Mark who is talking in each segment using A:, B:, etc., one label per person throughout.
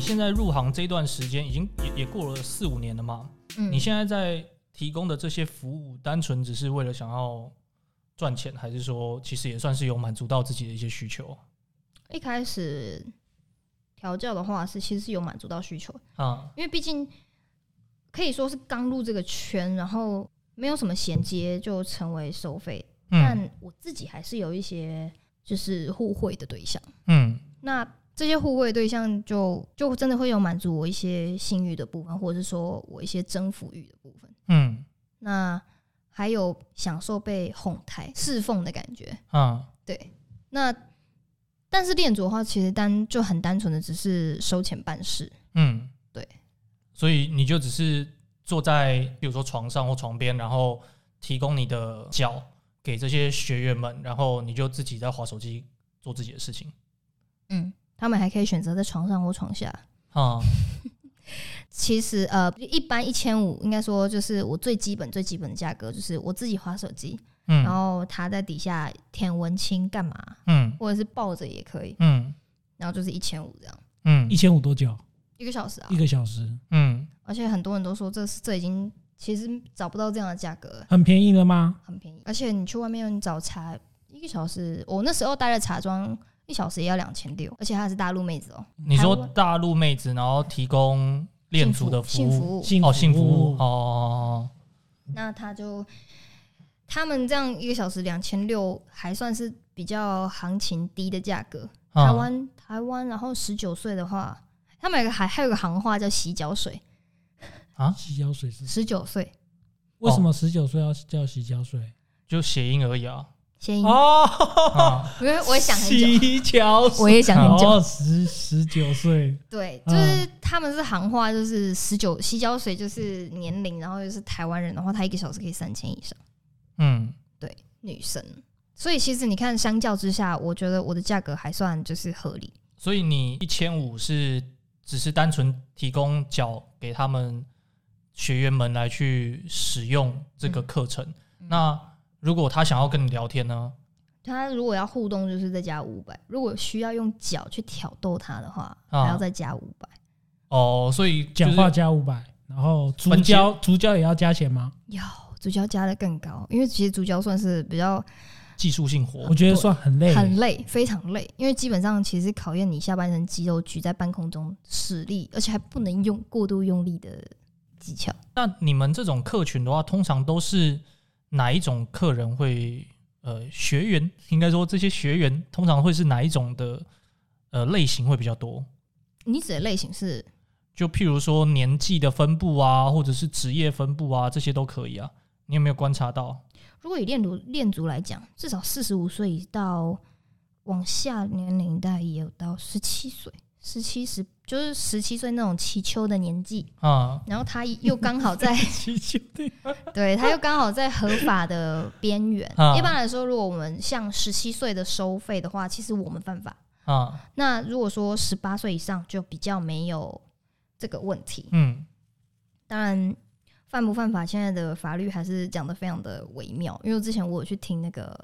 A: 现在入行这段时间已经也也过了四五年了嘛，
B: 嗯
A: 你现在在提供的这些服务，单纯只是为了想要赚钱，还是说其实也算是有满足到自己的一些需求
B: 一开始调教的话是其实是有满足到需求，
A: 啊？
B: 因为毕竟可以说是刚入这个圈，然后没有什么衔接就成为收费，
A: 嗯
B: 但我自己还是有一些就是互惠的对象。
A: 嗯
B: 那这些互惠对象就就真的会有满足我一些性欲的部分，或者是说我一些征服欲的部分。
A: 嗯
B: 那还有享受被哄抬、侍奉的感觉。
A: 啊
B: 对，那但是恋足的话，其实单就很单纯的只是收钱办事。
A: 嗯，
B: 对，
A: 所以你就只是坐在比如说床上或床边，然后提供你的脚给这些学员们，然后你就自己在划手机做自己的事情
B: 嗯，他们还可以选择在床上或床下。
A: 啊。
B: 其实呃，一般一千五，应该说就是我最基本最基本的价格，就是我自己划手机，然
A: 嗯
B: 后他在底下舔文青干嘛，
A: 嗯
B: 或者是抱着也可以，
A: 嗯
B: 然后就是一千五这样
A: 嗯
C: 一千五多久？
B: 一个小时啊
C: 一。个小时，
A: 嗯
B: 而且很多人都说这是这已经其实找不到这样的价格了，
C: 很便宜了吗？
B: 很便宜。而且你去外面你找茶，一个小时，我那时候待在茶庄一小时也要两千六，而且她是大陆妹子哦，
A: 你说
B: 台湾
A: 大陆妹子，然后提供恋足的服
B: 性
A: 务，
B: 服务。
C: 幸
A: 哦，性服
C: 福
A: 务，哦，
C: 嗯
B: 那他就他们这样一个小时两千六，还算是比较行情低的价格。
A: 哦
C: 啊
B: 台，湾台湾，然后十九岁的话，他们有个还还有个行话叫洗脚水，
A: 啊
C: 洗脚水是
B: 十九岁
C: 为
A: 哦
C: 什么十九岁要叫洗脚水？
A: 就谐音而已 啊。
B: 先因
C: 哦，
A: 啊
B: 为我也想很久，
C: 洗脚水，
B: 我也想很久。
C: 哦，嗯十十九岁，
B: 对，就是他们是行话，就是十九洗脚水就是年龄，然后又是台湾人的话，他一个小时可以三千以上，
A: 嗯
B: 女生。所以其实你看，相较之下，我觉得我的价格还算就是合理。
A: 所以你一千五是只是单纯提供脚给他们学员们来去使用这个课程。
C: 嗯
A: 那如果他想要跟你聊天呢？
B: 他如果要互动，就是再加五百；如果需要用脚去挑逗他的话，
A: 啊
B: 还要再加五百。
A: 哦，所以就
C: 讲
A: 是
C: 话加五百，然后足
A: 本
C: 交足交也要加钱吗？
B: 有足交加的更高，因为其实足交算是比较
A: 技术性活
C: 我，觉得算很累，
B: 很累，非常累，因为基本上其实考验你下半身肌肉举在半空中使力，而且还不能用过度用力的技巧。
A: 那你们这种客群的话，通常都是哪一种客人会？呃，学员应该说这些学员通常会是哪一种的呃类型会比较多？
B: 你指的类型是
A: 就譬如说年纪的分布啊，或者是职业分布啊，这些都可以啊。你有没有观察到？
B: 如果以恋足恋足来讲，至少四十五岁到往下年龄大概也有到十七岁，十七十就是十七岁那种祈秋的年纪，
A: 啊、
B: 然后他又刚好在
C: 祈求你
B: 对，他又刚好在合法的边缘
A: 啊。
B: 一般来说，如果我们像十七岁的收费的话，其实我们犯法。
A: 啊，
B: 那如果说十八岁以上，就比较没有这个问题。
A: 嗯
B: 当然，犯不犯法，现在的法律还是讲的非常的微妙。因为之前我有去听那个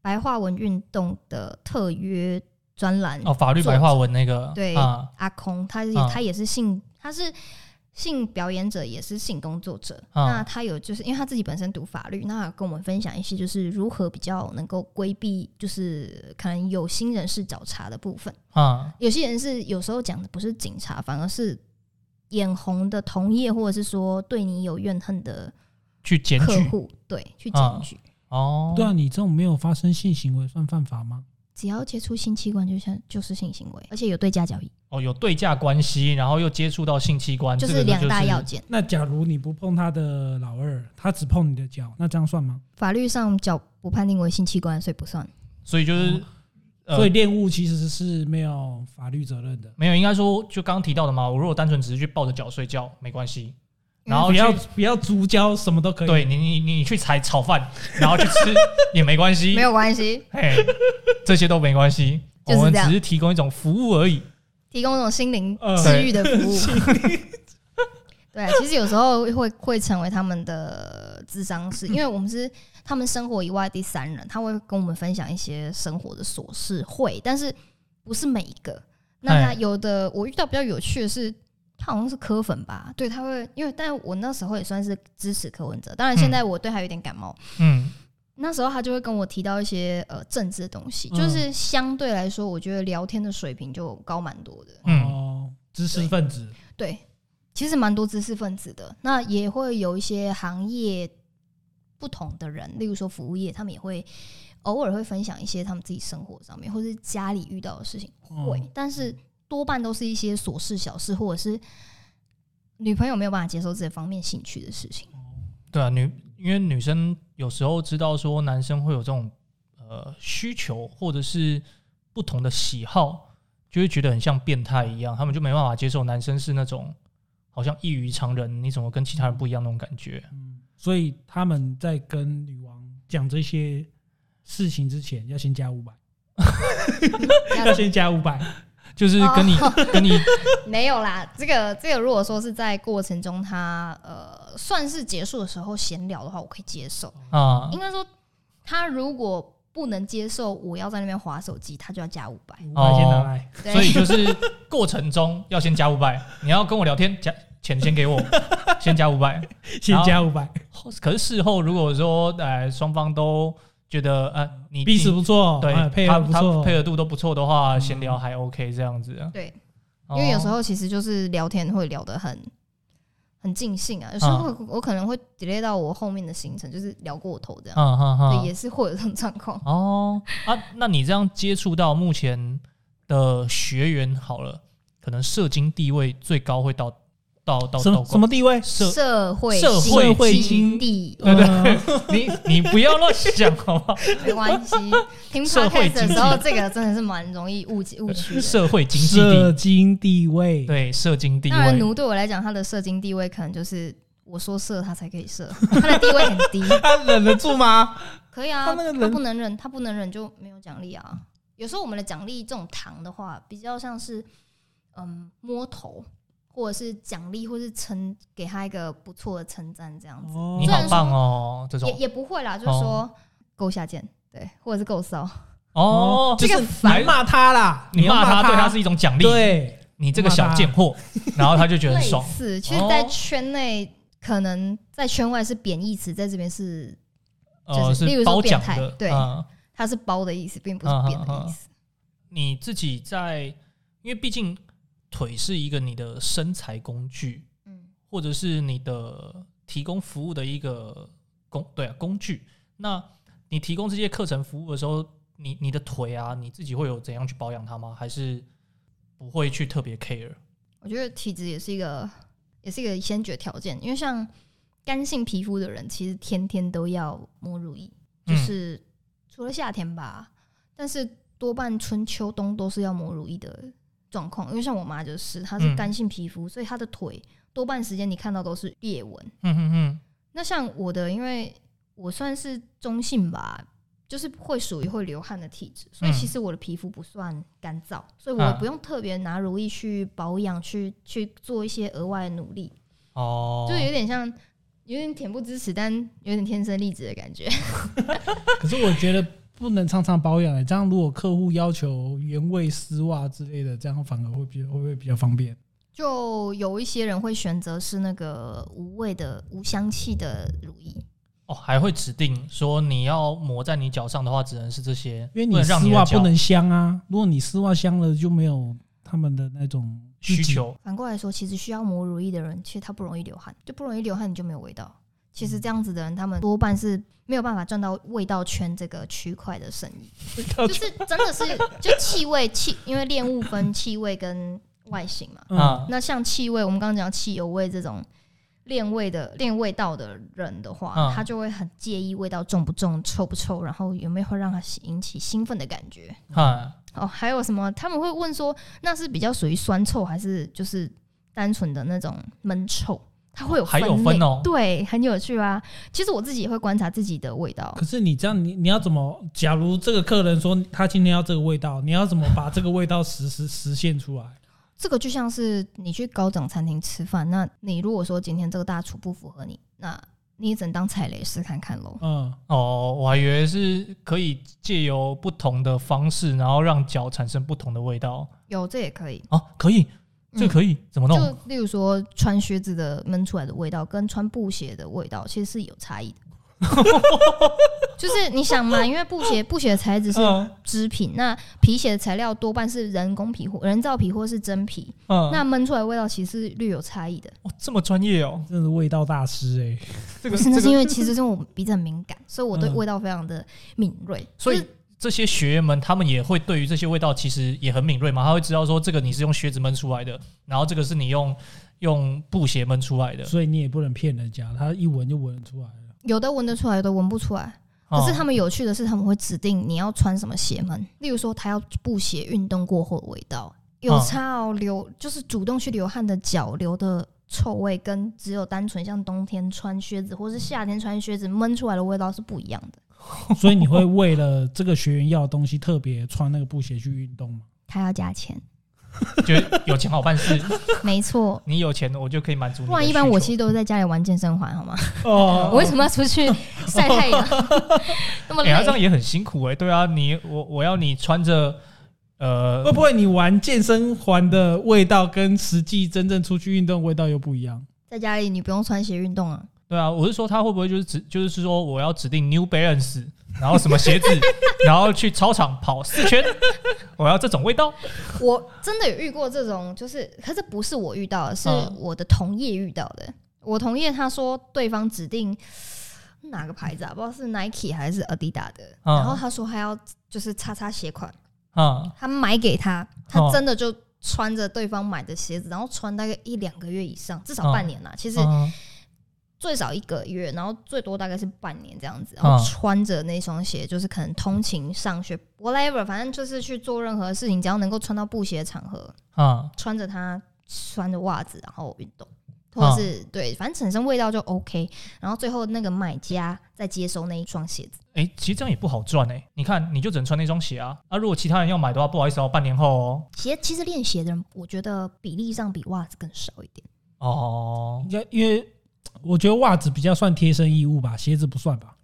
B: 白话文运动的特约专栏，
A: 哦，法律白话文那个，
B: 对
A: 啊
B: 阿空，他是、
A: 啊
B: 他也是性，他是性表演者，也是性工作者。
A: 啊
B: 那他有就是因为他自己本身读法律，那有跟我们分享一些就是如何比较能够规避，就是可能有心人士找茬的部分。
A: 啊
B: 有些人是有时候讲的不是警察，反而是眼红的同业，或者是说对你有怨恨的
A: 去检
B: 客
A: 举
B: 户，对，去检举。
A: 哦，
C: 对啊，你这种没有发生性行为算犯法吗？
B: 只要接触性器官，就像就是性行为，而且有对价交易，
A: 哦，有对价关系，然后又接触到性器官，啊
B: 就
A: 这
B: 是
A: 个
B: 两大要
A: 就是
B: 件。
C: 那假如你不碰他的老二，他只碰你的脚，那这样算吗？
B: 法律上脚不判定为性器官，所以不算。
A: 所以就是，呃
C: 所以恋物其实是没有法律责任的，
A: 没有，应该说就刚刚提到的嘛，我如果单纯只是去抱着脚睡觉没关系，然
B: 嗯
A: 后
C: 不
A: 去
C: 要不要足交，什么都可以。
A: 哦对你你你去采炒饭， 然后去吃也没关系，
B: 没有关系，
A: 嘿，这些都没关系，
B: 就是
A: 我们
B: 这
A: 只
B: 样
A: 是提供一种服务而已。
B: 提供那种心灵
C: 呃
B: 治愈的服务。对啊，其实有时候会会成为他们的智商是，因为我们是他们生活以外的第三人，他会跟我们分享一些生活的琐事，会，但是不是每一个。那他
A: 哎
B: 有的我遇到比较有趣的是，他好像是科粉吧，对，他会因为，但我那时候也算是支持柯文哲，当然现在我对他有点感冒。
A: 嗯
B: 那时候他就会跟我提到一些呃政治的东西，
C: 嗯
B: 就是相对来说，我觉得聊天的水平就高蛮多的。
A: 嗯
C: 哦，知识分子，
B: 对，其实蛮多知识分子的，那也会有一些行业不同的人，例如说服务业，他们也会偶尔会分享一些他们自己生活上面或是家里遇到的事情，会，
C: 哦
B: 但是多半都是一些琐事小事，或者是女朋友没有办法接受这方面兴趣的事情。
A: 对啊，女因为女生有时候知道说男生会有这种呃需求或者是不同的喜好，就会觉得很像变态一样，他们就没办法接受男生是那种好像异于常人，你怎么跟其他人不一样那种感觉。
C: 嗯，所以他们在跟女王讲这些事情之前，要先 加五百，要先加五百，
A: 哦就是
B: 哦
A: 跟 你、跟你
B: 没有啦，这个这个如果说是在过程中他呃算是结束的时候闲聊的话，我可以接受。
A: 啊
B: 应该说他如果不能接受我要在那边划手机，他就要加五百。
C: 五百先拿来，
B: 对
A: 所以就是过程中要先加五百，你要跟我聊天，加钱先给 我，先加五百。
C: 先加五百，
A: 可是事后如果说呃双方都觉得呃你
C: 彼此不错，
A: 对
C: 哎配合
A: 他
C: 不
A: 他
C: 错，
A: 配合度都不错的话，
C: 嗯
A: 闲聊还 OK 这样子。
B: 对，
A: 哦
B: 嗯因为有时候其实就是聊天会聊得很很尽兴啊，有时
A: 嗯
B: 候我我可能会 delay 到我后面的行程，就是聊过头这样，
A: 嗯哼
B: 对，
A: 哼，
B: 也是会有这种状况。
A: 哦啊，那你这样接触到目前的学员好了，可能社经地位最高会到到到
C: 什
A: 到
C: 么什么地 位？
A: 社
B: 社会
A: 社
C: 会
B: 经历
A: 对
C: 嗯
A: 你你不要乱想好不好？
B: 没 关系，听
A: 社会
B: podcast
A: 经
B: 的
A: 济
B: 时候，这个真的是蛮容易误解误区的。
A: 社会经济
C: 社
A: 地
C: 经地位，
A: 对社经地
B: 当然，
A: 位，
B: 奴对我来讲，他的社经地位可能就是我说社他才可以社，他的地位很低。
C: 他忍得住吗？
B: 可以
C: 他
B: 啊，
C: 那个人
B: 他不能忍，他不能忍就没有奖励啊。有时候我们的奖励这种糖的话，比较像是嗯摸头，或者是奖励，或是称给他一个不错的称赞这样子，
C: 哦
A: 你
B: 虽
A: 好
B: 然
A: 棒哦，这
B: 也
A: 种
B: 也不会啦，就是说够下贱，对，或者是够骚，
A: 哦，
C: 就
A: 这
C: 是
A: 个
C: 来
A: 来
C: 骂他啦，
A: 你
C: 要
A: 骂他，
C: 他
A: 对他是一种奖励，
C: 对，
A: 你这个小贱货， 然后他就觉得
B: 类
A: 很 爽。
B: 似。其实，
A: 哦
B: 在圈内可能在圈外是贬义词，在这边是
A: 呃，
B: 就是例如
A: 是
B: 说
A: 褒奖
B: 变态
A: 的，
B: 对
A: 嗯
B: 它是包的意思，并不是贬的意思。
A: 你自己在，因为毕竟腿是一个你的身材工具，
B: 嗯，
A: 或者是你的提供服务的一个工对啊工具。那你提供这些课程服务的时候，你你的腿啊，你自己会有怎样去保养它吗？还是不会去特别 care？
B: 我觉得体质也是一个，也是一个先决条件，因为像干性皮肤的人，其实天天都要抹乳液，就
A: 嗯
B: 是、除了夏天吧，但是多半春秋冬都是要抹乳液的状况。因为像我妈就是，她是
A: 嗯
B: 干性皮肤，所以她的腿多半时间你看到都是裂纹。
A: 嗯哼哼，
B: 那像我的，因为我算是中性吧，就是会属于会流汗的体质，所以
A: 嗯啊
B: 其实我的皮肤不算干燥，所以我也不用特别拿如意去保养，去去做一些额外的努力，
A: 哦，
B: 就有点像有点恬不知耻，但有点天生丽质的感觉。
C: 可是我觉得不能常常保养欸，这样如果客户要求原味丝袜之类的，这样反而会比会不会比较方便？
B: 就有一些人会选择是那个无味的、无香气的乳液，
A: 哦，还会指定说你要抹在你脚上的话，只能是这些，
C: 因为
A: 不能让
C: 丝
A: 你
C: 袜
A: 的
C: 不
A: 脚
C: 能香啊，如果你丝袜香了，就没有他们的那种自己
A: 需。求。
B: 反过来说，其实需要抹乳液的人，其实他不容易流汗，就不容易流汗，你就没有味道。其实这样子的人，他们多半是没有办法赚到味道圈这个区块的生意，就是真的是就气味气，因为恋物分气味跟外形嘛。
C: 嗯，
A: 嗯
B: 那像气味，我们刚刚讲汽油味这种恋味的恋味道的人的话，
A: 嗯
B: 他就会很介意味道重不重、臭不臭，然后有没有会让他引起兴奋的感觉。
A: 嗯
B: 哦，还有什么？他们会问说，那是比较属于酸臭，还是就是单纯的那种闷臭？它会有
A: 还有
B: 类
A: 分哦
B: 对，很有趣啊。其实我自己也会观察自己的味道，
C: 可是你这样，你你要怎么？假如这个客人说他今天要这个味道，你要怎么把这个味道实实实现出来？
B: 这个就像是你去高档餐厅吃饭，那你如果说今天这个大厨不符合你，那你也只能当踩雷试看看喽。
C: 嗯，
A: 哦，我还以为是可以借由不同的方式，然后让脚产生不同的味道。
B: 有这也可以，
A: 哦，可以，
B: 嗯
A: 这可以、怎么弄？
B: 就例如说穿靴子的闷出来的味道跟穿布鞋的味道其实是有差异的。 就是你想嘛，因为布鞋布鞋的材质是
A: 嗯
B: 织品，那皮鞋的材料多半是人工皮或人造皮或是真皮，
A: 嗯，
B: 那闷出来的味道其实是略有差异的。
A: 哦这么专业哦，
C: 真的味道大师哎、
A: 这
B: 不
A: 个
B: 是，那
A: 这
B: 是
A: 个，
B: 因为其实是我鼻子很敏感，所以我对
C: 嗯
B: 味道非常的敏锐。
A: 所
B: 就
A: 以
B: 是
A: 这些学员们他们也会对于这些味道其实也很敏锐嘛，他会知道说这个你是用靴子闷出来的，然后这个是你用用布鞋闷出来的。
C: 所以你也不能骗人家，他一闻就闻得出来了。
B: 有的闻得出来，有的闻不出来。
A: 哦
B: 可是他们有趣的是，他们会指定你要穿什么鞋门，例如说他要布鞋运动过后的味道，有差哦。流就是主动去流汗的脚流的臭味，跟只有单纯像冬天穿靴子或是夏天穿靴子闷出来的味道是不一样的。
C: 所以你会为了这个学员要的东西特别穿那个布鞋去运动吗？
B: 他要加钱，
A: 哦觉得有钱好办事，
B: 没错。
A: 你有钱我就可以满足你的需求。
B: 不然一般我其实都是在家里玩健身环，好吗？
C: 哦
B: 我为什么要 出去晒太阳？那么
A: 哎、他这样
B: 累？
A: 也很辛苦哎、对啊，你我我要你穿着呃
C: 会不会你玩健身环的味道跟实际真正出去运动味道又不一样？
B: 在家里你不用穿鞋运动啊。
A: 对啊，我是说他会不会就是指就是说我要指定 New Balance，然后什么鞋子， 然后去操场跑四圈，我要这种味道。
B: 我真的有遇过这种，就是可是不是我遇到的，是
A: 嗯
B: 我的同业遇到的。我同业他说对方指定哪个牌子啊，不知道是 Nike 还是 Adidas 的，
A: 嗯
B: 然后他说他要就是叉叉鞋款，
A: 啊、
B: 他买给他，他
A: 哦
B: 真的就穿着对方买的鞋子，然后穿大概一两个月以上，至少
A: 嗯
B: 半年啦。其实
A: 嗯，
B: 最少一个月，然后最多大概是半年这样子，然
A: 嗯
B: 后穿着那双鞋，就是可能通勤、上学，whatever，反正就是去做任何事情，只要能够穿到布鞋的场合，
A: 啊
B: 穿着它，穿着袜子，然后运动，或者是、对，反正产生味道就 OK。然后最后那个买家再接收那一双鞋子，
A: 哎、其实这样也不好赚哎、你看，你就只能穿那双鞋啊。啊，如果其他人要买的话，不好意思哦，半年后哦。
B: 鞋其实练鞋的人，我觉得比例上比袜子更少一点。
A: 哦
C: 应，该因为我觉得袜子比较算贴身衣物吧，鞋子不算吧。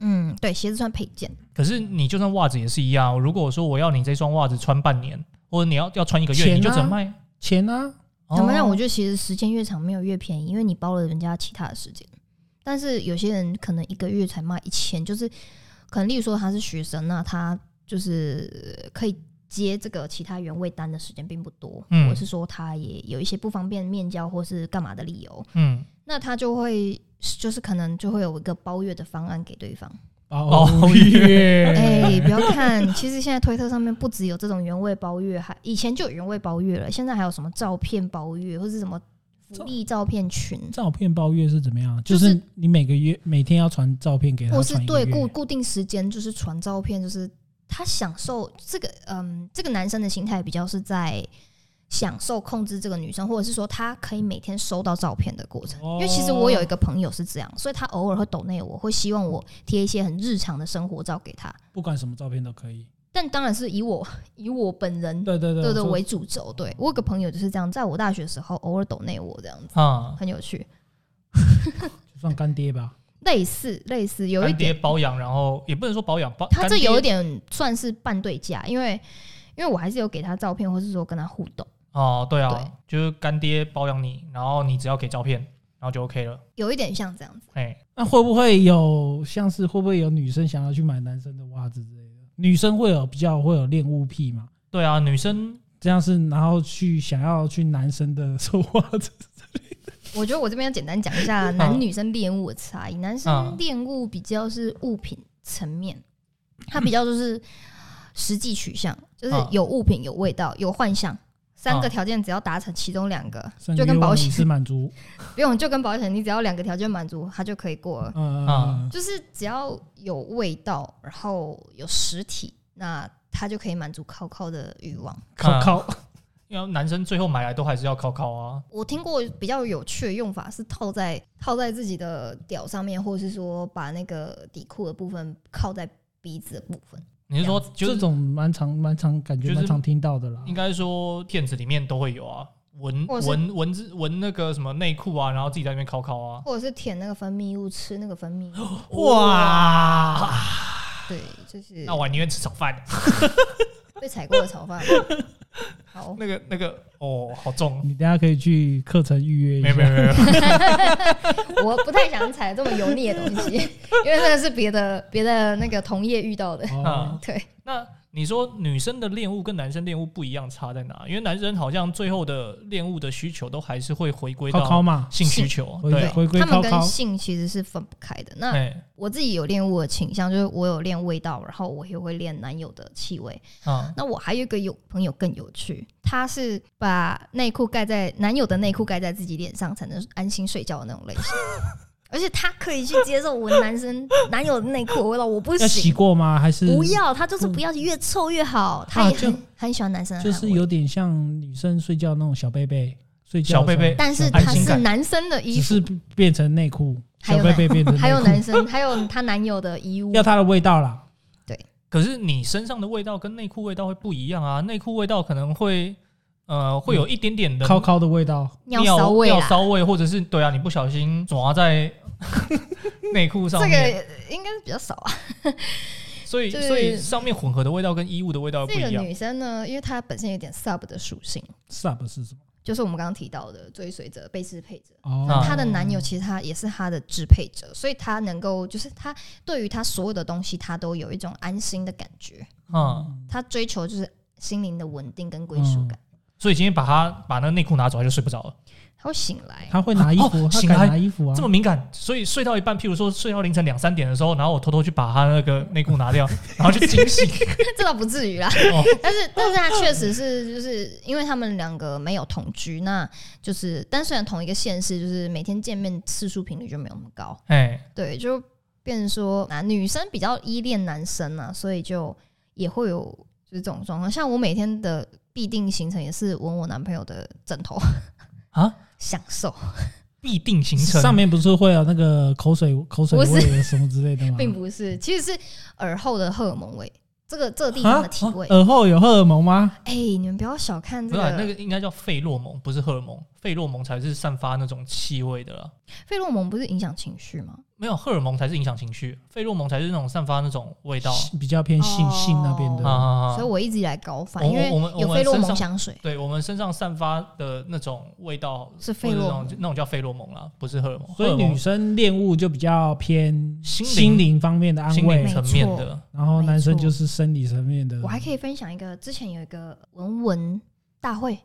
B: 嗯，对，鞋子算配件，
A: 可是你就算袜子也是一样。哦如果说我要你这双袜子穿半年，或者你要要穿一个月，
C: 钱啊
A: 你就只能卖。
C: 钱啊，
B: 坦白讲，
A: 哦
B: 我觉得其实时间越长没有越便宜，因为你包了人家其他的时间。但是有些人可能一个月才卖一千，就是可能例如说他是学生，那他就是呃可以接这个其他原味单的时间并不多，
A: 嗯
B: 或是说他也有一些不方便面交或是干嘛的理由，
A: 嗯，
B: 那他就会就是可能就会有一个包月的方案给对方。
C: 包
A: 包
C: 月，
B: 哎、不要看，其实现在推特上面不只有这种原味包月，还以前就有原味包月了，现在还有什么照片包月，或是什么福利照片群，
C: 照片包月是怎么样？
B: 就
C: 就是是你每个月每天要传照片给他，
B: 或是
C: 传一个
B: 对
C: 月
B: 固固定时间就是传照片，就是他享受这个，嗯，这个男生的心态比较是在享受控制这个女生，或者是说他可以每天收到照片的过程。
C: 哦
B: 因为其实我有一个朋友是这样，所以他偶尔会抖内我，会希望我贴一些很日常的生活照给他，
C: 不管什么照片都可以。
B: 但当然是以我 以我本人
C: 对
A: 啊
C: 对对
B: 对对
C: 我
B: 为主轴。对我有个朋友就是这样，在我大学的时候偶尔抖内我这样子，
A: 啊，
B: 很有趣，
C: 就算干爹吧。
B: 类似类似有一
A: 干爹
B: 点，
A: 包养，然后也不能说包养，包
B: 他这有一
A: 干爹
B: 点算是半对价，因为因为我还是有给他照片，或是说跟他互动。
A: 哦，对啊，
B: 对
A: 就是干爹包养你，然后你只要给照片，然后就 OK 了。
B: 有一点像这样子，
A: 哎，
C: 那会不会有像是会不会有女生想要去买男生的袜子之类的？女生会有比较会有恋物癖嘛？
A: 对啊，女生
C: 这样是然后去想要去男生的 收袜子，
B: 我觉得我这边要简单讲一下男女生恋物的差异。男生
A: 嗯
B: 恋物比较是物品层面，他比较就是实际取向，就是
A: 嗯
B: 有物品、有味道、有幻想，三个
A: 嗯
B: 条件只要达成其中两个，
C: 甚
B: 就
C: 至
B: 跟保险
C: 是满足，
B: 不用，就跟保险，你只要两个条件满足，它就可以过了。
C: 嗯、
A: 啊
B: 就是只要有味道，然后有实体，那它就可以满足靠靠的欲望。
C: 靠靠，
A: 要男生最后买来都还是要靠靠啊。
B: 我听过比较有趣的用法是套在套在自己的屌上面，或者是说把那个底裤的部分靠在鼻子的部分。
A: 你是说就
C: 这
A: 是
C: 种蛮常蛮常感觉
A: 就是
C: 蛮常听到的啦。
A: 应该说片子里面都会有啊，闻
B: 或是
A: 闻闻字闻那个什么内裤啊，然后自己在那边烤烤啊，
B: 或者是舔那个分泌物，吃那个分泌物，
A: 哇！
B: 对，就是
A: 那我还宁愿吃炒饭，
B: 被踩过的炒饭。好，
A: 那个那个哦，好重哦，
C: 你大家可以去课程预约一
A: 没有
C: 下。
A: 没有没有，
B: 我不太想踩这么油腻的东西，因为那是别的别的那个同业遇到的。
A: 啊
C: 哦，
B: 对，
A: 那你说女生的恋物跟男生恋物不一样，差在哪？因为男生好像最后的恋物的需求都还是会回归
C: 考考
A: 到
C: 嘛，
A: 性需求，
C: 性
A: 对，
C: 回归
B: 他们
C: 高
B: 跟
C: 高
B: 性其实是分不开的。那
A: 哎，
B: 我自己有恋物的倾向，就是我有恋味道，然后我也会恋男友的气味。
A: 嗯，
B: 那我还有一个有朋友更有趣，他是把内裤盖在男友的内裤盖在自己脸上才能安心睡觉的那种类 型，而且他可以去接受我男生男友的内裤的味道，我不
C: 要洗
B: 行，
C: 过吗？还哎是
B: 不？要，他就是不要，越臭越好。他也
C: 啊就
B: 很很喜欢男生的
C: 就
B: 汗
C: 是
B: 味，
C: 有点像女生睡觉那种小贝贝，睡觉
A: 小贝贝
B: 但是
A: 安
B: 他
A: 心
B: 是
A: 感
B: 男生的
C: 只
B: 衣服，
C: 是变成内裤，
B: 还
C: 小
B: 有
C: 贝贝变成内裤
B: 还有男生，还有她男友的衣物
C: 要。它的味道啦。
A: 可是你身上的味道跟内裤味道会不一样啊，内裤味道可能会呃会
C: 嗯
A: 有一点点的
C: 烤烤的味道，
B: 尿骚味
A: 尿
B: 啦，
A: 骚味，或者是对啊，你不小心抓在 内裤上
B: 这
A: 面，
B: 个应该是比较少啊。
A: 所以
B: 就是
A: 所以上面混合的味道跟衣物的味哦道不
B: 这个
A: 一样。
B: 女生呢，因为她本身有点 sub 的属性，
C: sub 是什么？
B: 就是我们刚刚提到的追随者、被支配者。
C: 哦，
A: 啊
B: 她的男友其实他也是她的支配者，所以她能够就是她对于她所有的东西，她都有一种安心的感觉。
C: 哦
A: 嗯，
B: 她追求就是心灵的稳定跟归属感，
A: 所以今天把他把那内裤拿走，他就睡不着了，
B: 她会醒来。啊
C: 他会拿衣服，
A: 哦
C: 他
A: 醒
C: 敢
A: 来
C: 拿衣服啊
A: 这？么敏感，所以睡到一半，譬如说睡到凌晨两三点的时候，然后我偷偷去把他那个内裤拿掉，然后就惊 醒。
B: 这倒不至于啦，
A: 哦
B: 但是但是他确实是就是因为他们两个没有同居，那就是但虽然同一个县市，就是每天见面次数频率就没有那么高，
A: 哎，
B: 对，就变成说男女生比较依恋男生啊，所以就也会有就是这种状况。像我每天的必定行程也是闻我男朋友的枕头
A: 啊，
B: 享受，
A: 必定形成
C: 上面不是会有那个口水、口水味什么之类的吗？
B: 并不是，其实是耳后的荷尔蒙味，这个这个地方的体
A: 啊
B: 味。哎、哎
C: 啊耳后有荷尔蒙吗？
B: 你们不要小看
A: 不
B: 这
A: 是
B: 个
A: 啊、那个应该叫费洛蒙，不是荷尔蒙，费洛蒙才是散发那种气味的啦。
B: 费洛蒙，不是影响情绪吗？
A: 没有荷尔蒙才是影响情绪，费洛蒙才是那种散发那种味道。
C: 比较偏性
B: 哦
C: 性那边
A: 啊
C: 的，
A: 啊
B: 所
A: 啊！
B: 以我一直以来高反，
A: 我
B: 因为
A: 我们我
B: 有
A: 们
B: 费洛
A: 身
B: 蒙
A: 上
B: 香水
A: 对我们身上散发的那种味道
B: 是费洛
A: 或者
B: 蒙
A: 那种那种叫费洛蒙啦，不是荷尔蒙。
C: 所以
A: 荷尔蒙
C: 女生恋物就比较偏
A: 哦心灵
C: 心灵方面的安
A: 心
C: 慰
A: 灵
B: 没，
A: 层
B: 错
A: 面的，
C: 然后男生
B: 没错
C: 就是生理层面的。
B: 我还可以分享一个，之前有一个文文大会，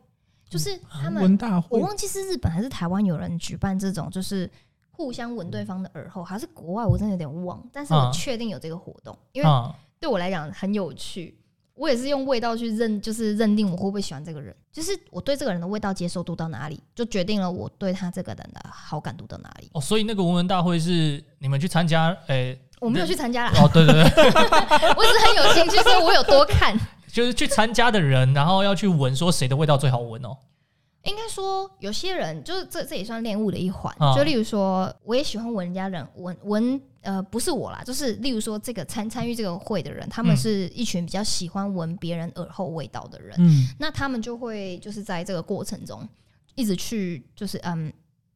B: 就是
A: 嗯
B: 他们
C: 文大
B: 我
C: 会
B: 忘记是日本还是台湾有人举办这种，就是互相闻对方的耳后，还是国外，我真的有点忘。但是
A: 嗯
B: 我
A: 啊
B: 确定有这个活动，因为
A: 啊，
B: 对我来讲很有趣。我也是用味道去认，就是认定我会不会喜欢这个人，就是我对这个人的味道接受度到哪里，就决定了我对他这个人的好感度到哪里。
A: 哦，所以那个文文大会是你们去参加，诶、
B: 我没有去参加 啦，
A: 哦，对对对，
B: 我只是很有兴趣，所以我有多看。
A: 就是去参加的人，然后要去闻说谁的味道最好闻哦。
B: 应该说，有些人就是这这也算恋物的一环。
A: 啊
B: 就例如说，我也喜欢闻人家人闻闻，呃，不是我啦，就是例如说这个参参与这个会的人，他们
A: 嗯
B: 是一群比较喜欢闻别人耳后味道的人，
C: 嗯，
B: 那他们就会就是在这个过程中一直去就是嗯。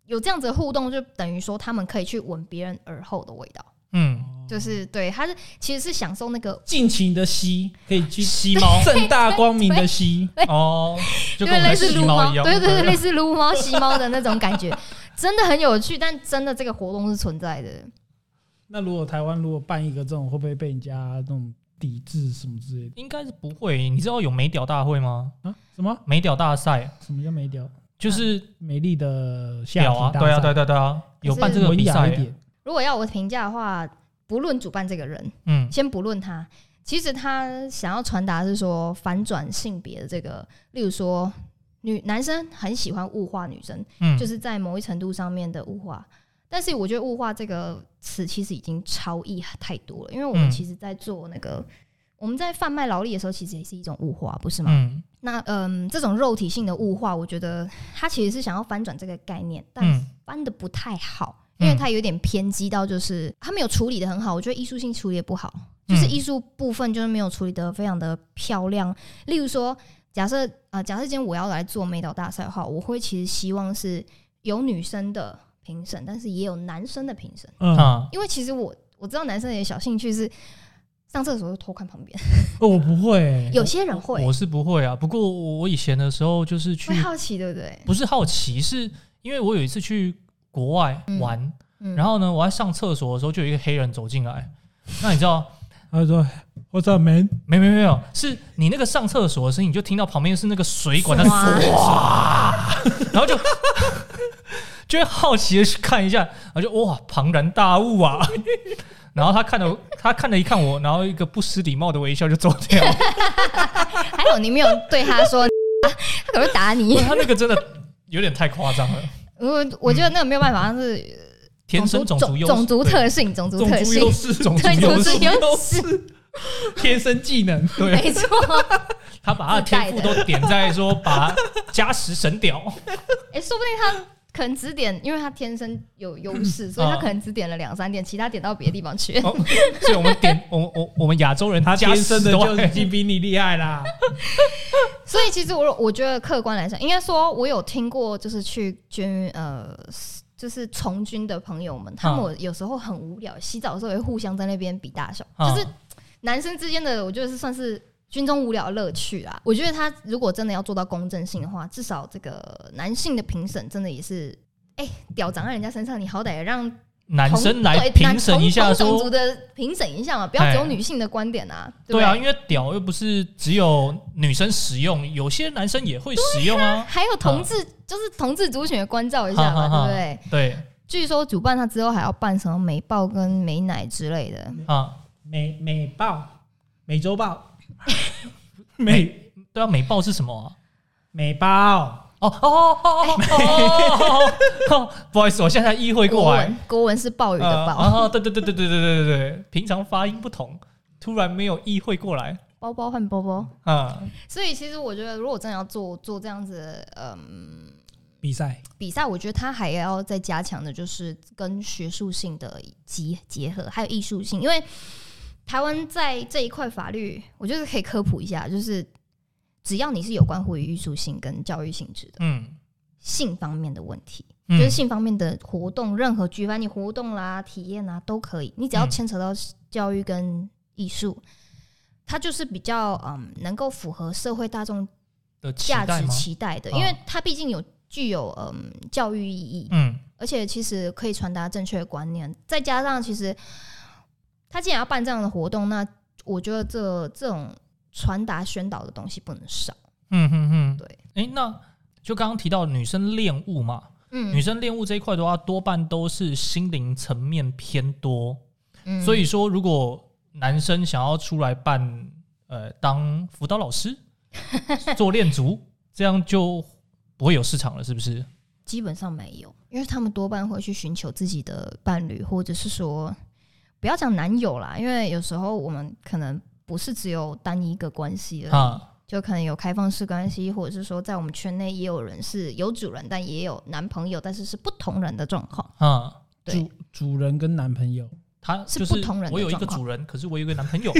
B: 有这样子的互动，就等于说他们可以去闻别人耳后的味道，
A: 嗯，
B: 就是对，他是其实是享受那个，
C: 尽情的吸，可以去吸
A: 猫
C: 正大光明的吸。
A: 哦，就
B: 哎因
A: 跟
B: 为
A: 我
B: 类
A: 们
B: 似
A: 吸
B: 撸
A: 猫一样，嗯
B: 对对对，类似撸猫吸猫的那种感觉，真的很有趣，但真的这个活动是存在的。
C: 那如果台湾如果办一个这种，会不会被人家那种抵制什么之类的？
A: 应该是不会。你知道有美屌大会吗？
C: 啊，什么
A: 美屌大赛
C: 什么叫美屌？
A: 就是
C: 美丽的下
A: 屌
C: 体
A: 啊，
C: 大
A: 对啊，对
C: 赛
A: 啊对啊对啊，
B: 是
A: 有办这个
C: 文
A: 比
C: 雅一
A: 赛，
C: 点，
B: 如果要我评价的话，不论主办这个人，
A: 嗯，
B: 先不论他，其实他想要传达是说反转性别的这个，例如说女男生很喜欢物化女生，
A: 嗯
B: 就是在某一程度上面的物化。但是我觉得“物化”这个词其实已经超译太多了，因为我们
A: 嗯
B: 其实在做那个、我们在贩卖劳力的时候，其实也是一种物化，不是吗？
A: 嗯
B: 那嗯，这种肉体性的物化，我觉得他其实是想要翻转这个概念，但
A: 嗯
B: 翻的不太好，
A: 嗯
B: 因为它有点偏激到，就是它没有处理的很好。我觉得艺术性处理的不好，就是
A: 嗯
B: 艺术部分就是没有处理的非常的漂亮。例如说，假设啊、假设今天我要来做美导大赛的话，我会其实希望是有女生的评审，但是也有男生的评审，
C: 嗯，哦
A: 啊，
B: 因为其实我我知道男生有小兴趣是上厕所就偷看旁边，
C: 我不会欸，
B: 有些人会
A: 我是不会啊。不过我以前的时候就是去
B: 会，好奇，对不对？
A: 不是好奇，是因为我有一次去国外
B: 嗯
A: 玩，
B: 嗯，
A: 然后呢，我在上厕所的时候，就有一个黑人走进来。那你知道，
C: 他就说 What's up, man？
A: 没没没有，是你那个上厕所的声音，你就听到旁边是那个水管在
B: 哇
A: 唰， 然后就就会好奇的去看一下，然后就哇庞然大物啊。 然后他看了他看了一看我，然后一个不失礼貌的微笑就走掉 了。
B: 还有你没有对他说， 他可能会打你。
A: 他那个真的有点太夸张了，
B: 我我觉得那个没有办法，那是
A: 天生
B: 种
A: 族优势
B: 种族特性，种族
C: 种
B: 特
C: 族
B: 性
C: 优，势，
A: 种族
B: 对种
A: 优
B: 族
A: 势，
B: 优势，
C: 天生技能，对，
B: 没错。
A: 他把他的天赋都点在说把加时神屌。
B: 哎，说不定他可能只点，因为他天生有优势，所以他可能只点了两三点，其他点到别的地方去。
A: 哦，所以我们点，我我我们亚洲人
C: 他
A: 加
C: 天
A: 十
C: 生的
A: 都
C: 就已经比你厉害啦。
B: 所以其实我我觉得客观来讲，应该说我有听过，就是去军呃，就是从军的朋友们，他们
A: 嗯
B: 我有时候很无聊，洗澡的时候也会互相在那边比大小，
A: 嗯
B: 就是男生之间的，我觉得是算是。军中无聊的乐趣啦，我觉得他如果真的要做到公正性的话，至少这个男性的评审真的也是，哎、屌长在人家身上，你好歹也让
A: 男
B: 同
A: 生来
B: 对
A: 评
B: 男
A: 审
B: 同
A: 一下
B: 同种族
A: 说，
B: 的评审一下嘛，不要只有
A: 哎
B: 女性的观点啊，对不
A: 对
B: 对
A: 啊，因为屌又不是只有女生使用，有些男生也会使用啊。
B: 还有同志，就是同志族群的关照一下
A: 哈
B: 嘛，
A: 哈哈
B: 对不对？
A: 对
B: 据说主办他之后还要办什么美爆跟美奶之类的，
A: 啊，
C: 美美报、美洲报、美
A: 对啊，美爆是什么啊？
C: 美报，
A: 哦哦哦哦哦 哦哦哦！不好意思，我现在意会
B: 国
A: 过来
B: 文。国文是暴雨的
A: 啊
B: 暴，
A: 啊！对对对对对对对对对，平常发音不同，突然没有意会过来
B: 包包换包包。
A: 啊。
B: 所以其实我觉得，如果真的要做做这样子的，嗯。
C: 比赛
B: 比赛，我觉得他还要再加强的，就是跟学术性的结结合，还有艺术性。因为台湾在这一块法律，我觉得可以科普一下，就是只要你是有关乎于艺术性跟教育性质的
A: 嗯，
B: 性方面的问题，
A: 嗯
B: 就是性方面的活动，任何举办你活动啦、体验啦都可以，你只要
A: 嗯
B: 牵扯到教育跟艺术，它就是比较嗯能够符合社会大众
A: 的期
B: 价
A: 待
B: 值
A: 吗？
B: 期待的，
A: 哦
B: 因为它毕竟有具有嗯教育意义，
A: 嗯
B: 而且其实可以传达正确的观念，再加上其实他既然要办这样的活动，那我觉得这这种传达宣导的东西不能少。
A: 嗯嗯嗯，
B: 对。
A: 哎，那就刚刚提到女生恋物嘛，女
B: 嗯，
A: 生恋物这一块的话，多半都是心灵层面偏多。
B: 嗯
A: 所以说，如果男生想要出来办呃当辅导老 师、做恋足，这样就不会有市场了，是不是？
B: 基本上没有，因为他们多半会去寻求自己的伴侣，或者是说不要讲男友啦，因为有时候我们可能不是只有单一个关系而已，
A: 啊，
B: 就可能有开放式关系，或者是说在我们圈内也有人是有主人，但也有男朋友，但是是不同人的状况。
A: 啊，
B: 对
C: 主主人跟男朋友，
A: 他
B: 是
A: 就是
B: 不同人的
A: 我有一个
B: 状况
A: 主人，可是我有一个男朋 友，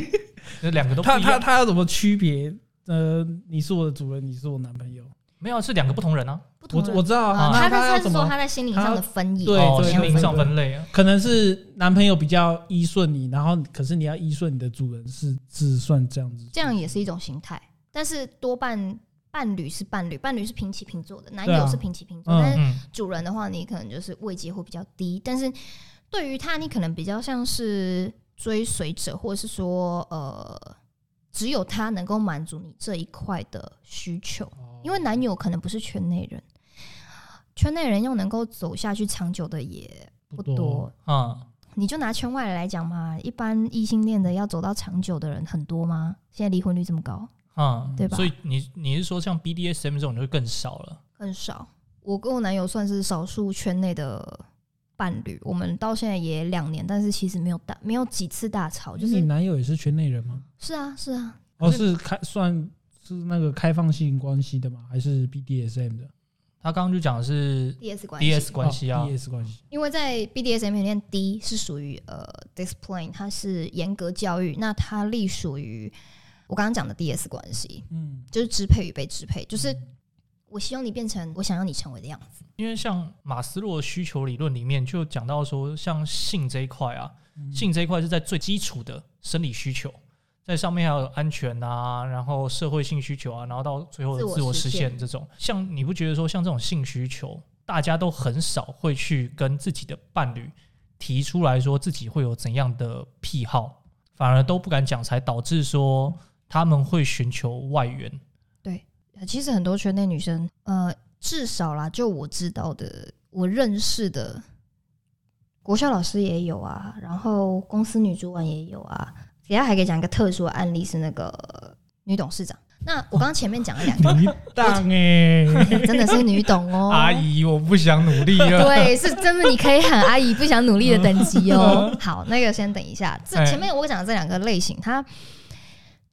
A: 那两个都不
C: 他
A: 一
C: 他
A: 样。
C: 他要怎么区别？呃，你是我的主人，你是我男朋友。
A: 没有，是两个不同人啊。
B: 不同
C: 我
B: 人
C: 我知道
B: 啊
C: 啊，
B: 他
C: 那
B: 他
C: 要
B: 是
C: 怎
B: 说
C: 么
B: 他在心灵上的分野，
C: 对
A: 哦，
C: 对
A: 心灵
C: 对
A: 上分类啊。
C: 可能是男朋友比较依顺你，然后可是你要依顺你的主人是是算这样子，
B: 这样也是一种形态。但是多半伴侣是伴侣，伴侣是平起平坐的，男
C: 对
B: 友
C: 啊
B: 是平起平坐，
C: 嗯
B: 但是
A: 嗯
B: 主人的话，你可能就是位阶会比较低，但是对于他，你可能比较像是追随者，或者是说呃，只有他能够满足你这一块的需求，因为男友可能不是圈内人，圈内人要能够走下去长久的也不多。
A: 啊，
B: 你就拿圈外人来讲嘛，一般异性恋的要走到长久的人很多吗？现在离婚率这么高，
A: 啊，
B: 对吧
A: 所以你你是说像 BDSM 这种就会更少了？
B: 很少。我跟我男友算是少数圈内的伴侣，我们到现在也两年，但是其实没有大没有几次大吵，就
C: 啊你
B: 是
C: 男友也是圈内人吗？
B: 是啊是啊，
C: 哦，
A: 可
C: 是开算是那个开放性关系的吗？还是 BDSM 的
A: 他刚刚就讲的是
B: DS 关系
A: DS 关系啊
C: 哦，？DS 关系
B: 因为在 BDSM 里面，D 是属于呃 discipline，它是严格教育，那它隶属于。我刚刚讲的 DS 关系，
C: 嗯，
B: 就是支配与被支配，就是我希望你变成我想要你成为的样子。
A: 因为像马斯洛的需求理论里面就讲到说，像性这一块啊，
C: 嗯
A: 性这一块是在最基础的生理需求，在上面还有安全啊，然后社会性需求啊，然后到最后的
B: 自我
A: 自我实
B: 实现
A: 现这种。像你不觉得说，像这种性需求，大家都很少会去跟自己的伴侣提出来说自己会有怎样的癖好，反而都不敢讲，才导致说他们会寻求外援。
B: 呃其实很多圈内女生，呃，至少啦，就我知道的，我认识的国校老师也有啊，然后公司女主管也有啊。等一下还可以讲一个特殊的案例，是那个女董事长。那我刚刚前面讲了两 个，
C: 你当哎、
B: 真的是女董哦，
A: 阿姨，我不想努力 了。
B: 对，是真的，你可以喊阿姨不想努力的等级哦。 好，那个先等一下。这
A: 哎
B: 前面我讲的这两个类型，他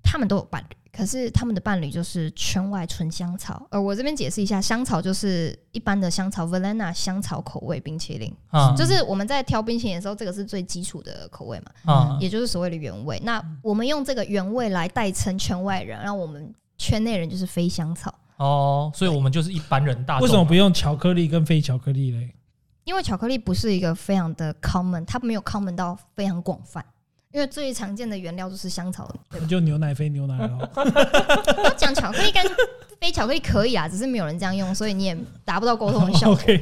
B: 他们都有伴侣，可是他们的伴侣就是圈外纯香草。呃，我这边解释一下，香草就是一般的香草 （Valena） 香草口味冰淇淋，
A: 啊
B: 就是我们在挑冰淇淋的时候，这个是最基础的口味嘛，
A: 啊
B: 也就是所谓的原味。那我们用这个原味来代称圈外人，让我们圈内人就是非香草。
A: 哦，所以我们就是一般人大众。啊
C: 为什么不用巧克力跟非巧克力嘞？
B: 因为巧克力不是一个非常的 common，它没有 common 到非常广泛。因为最常见的 原料就是香草，对
C: 那
B: 吧？
C: 就牛奶非牛奶哦。
B: 要讲巧克力跟非巧克力可以啊，只是没有人这样用，所以你也达不到沟通的
A: 哦
B: 效果。
C: OK，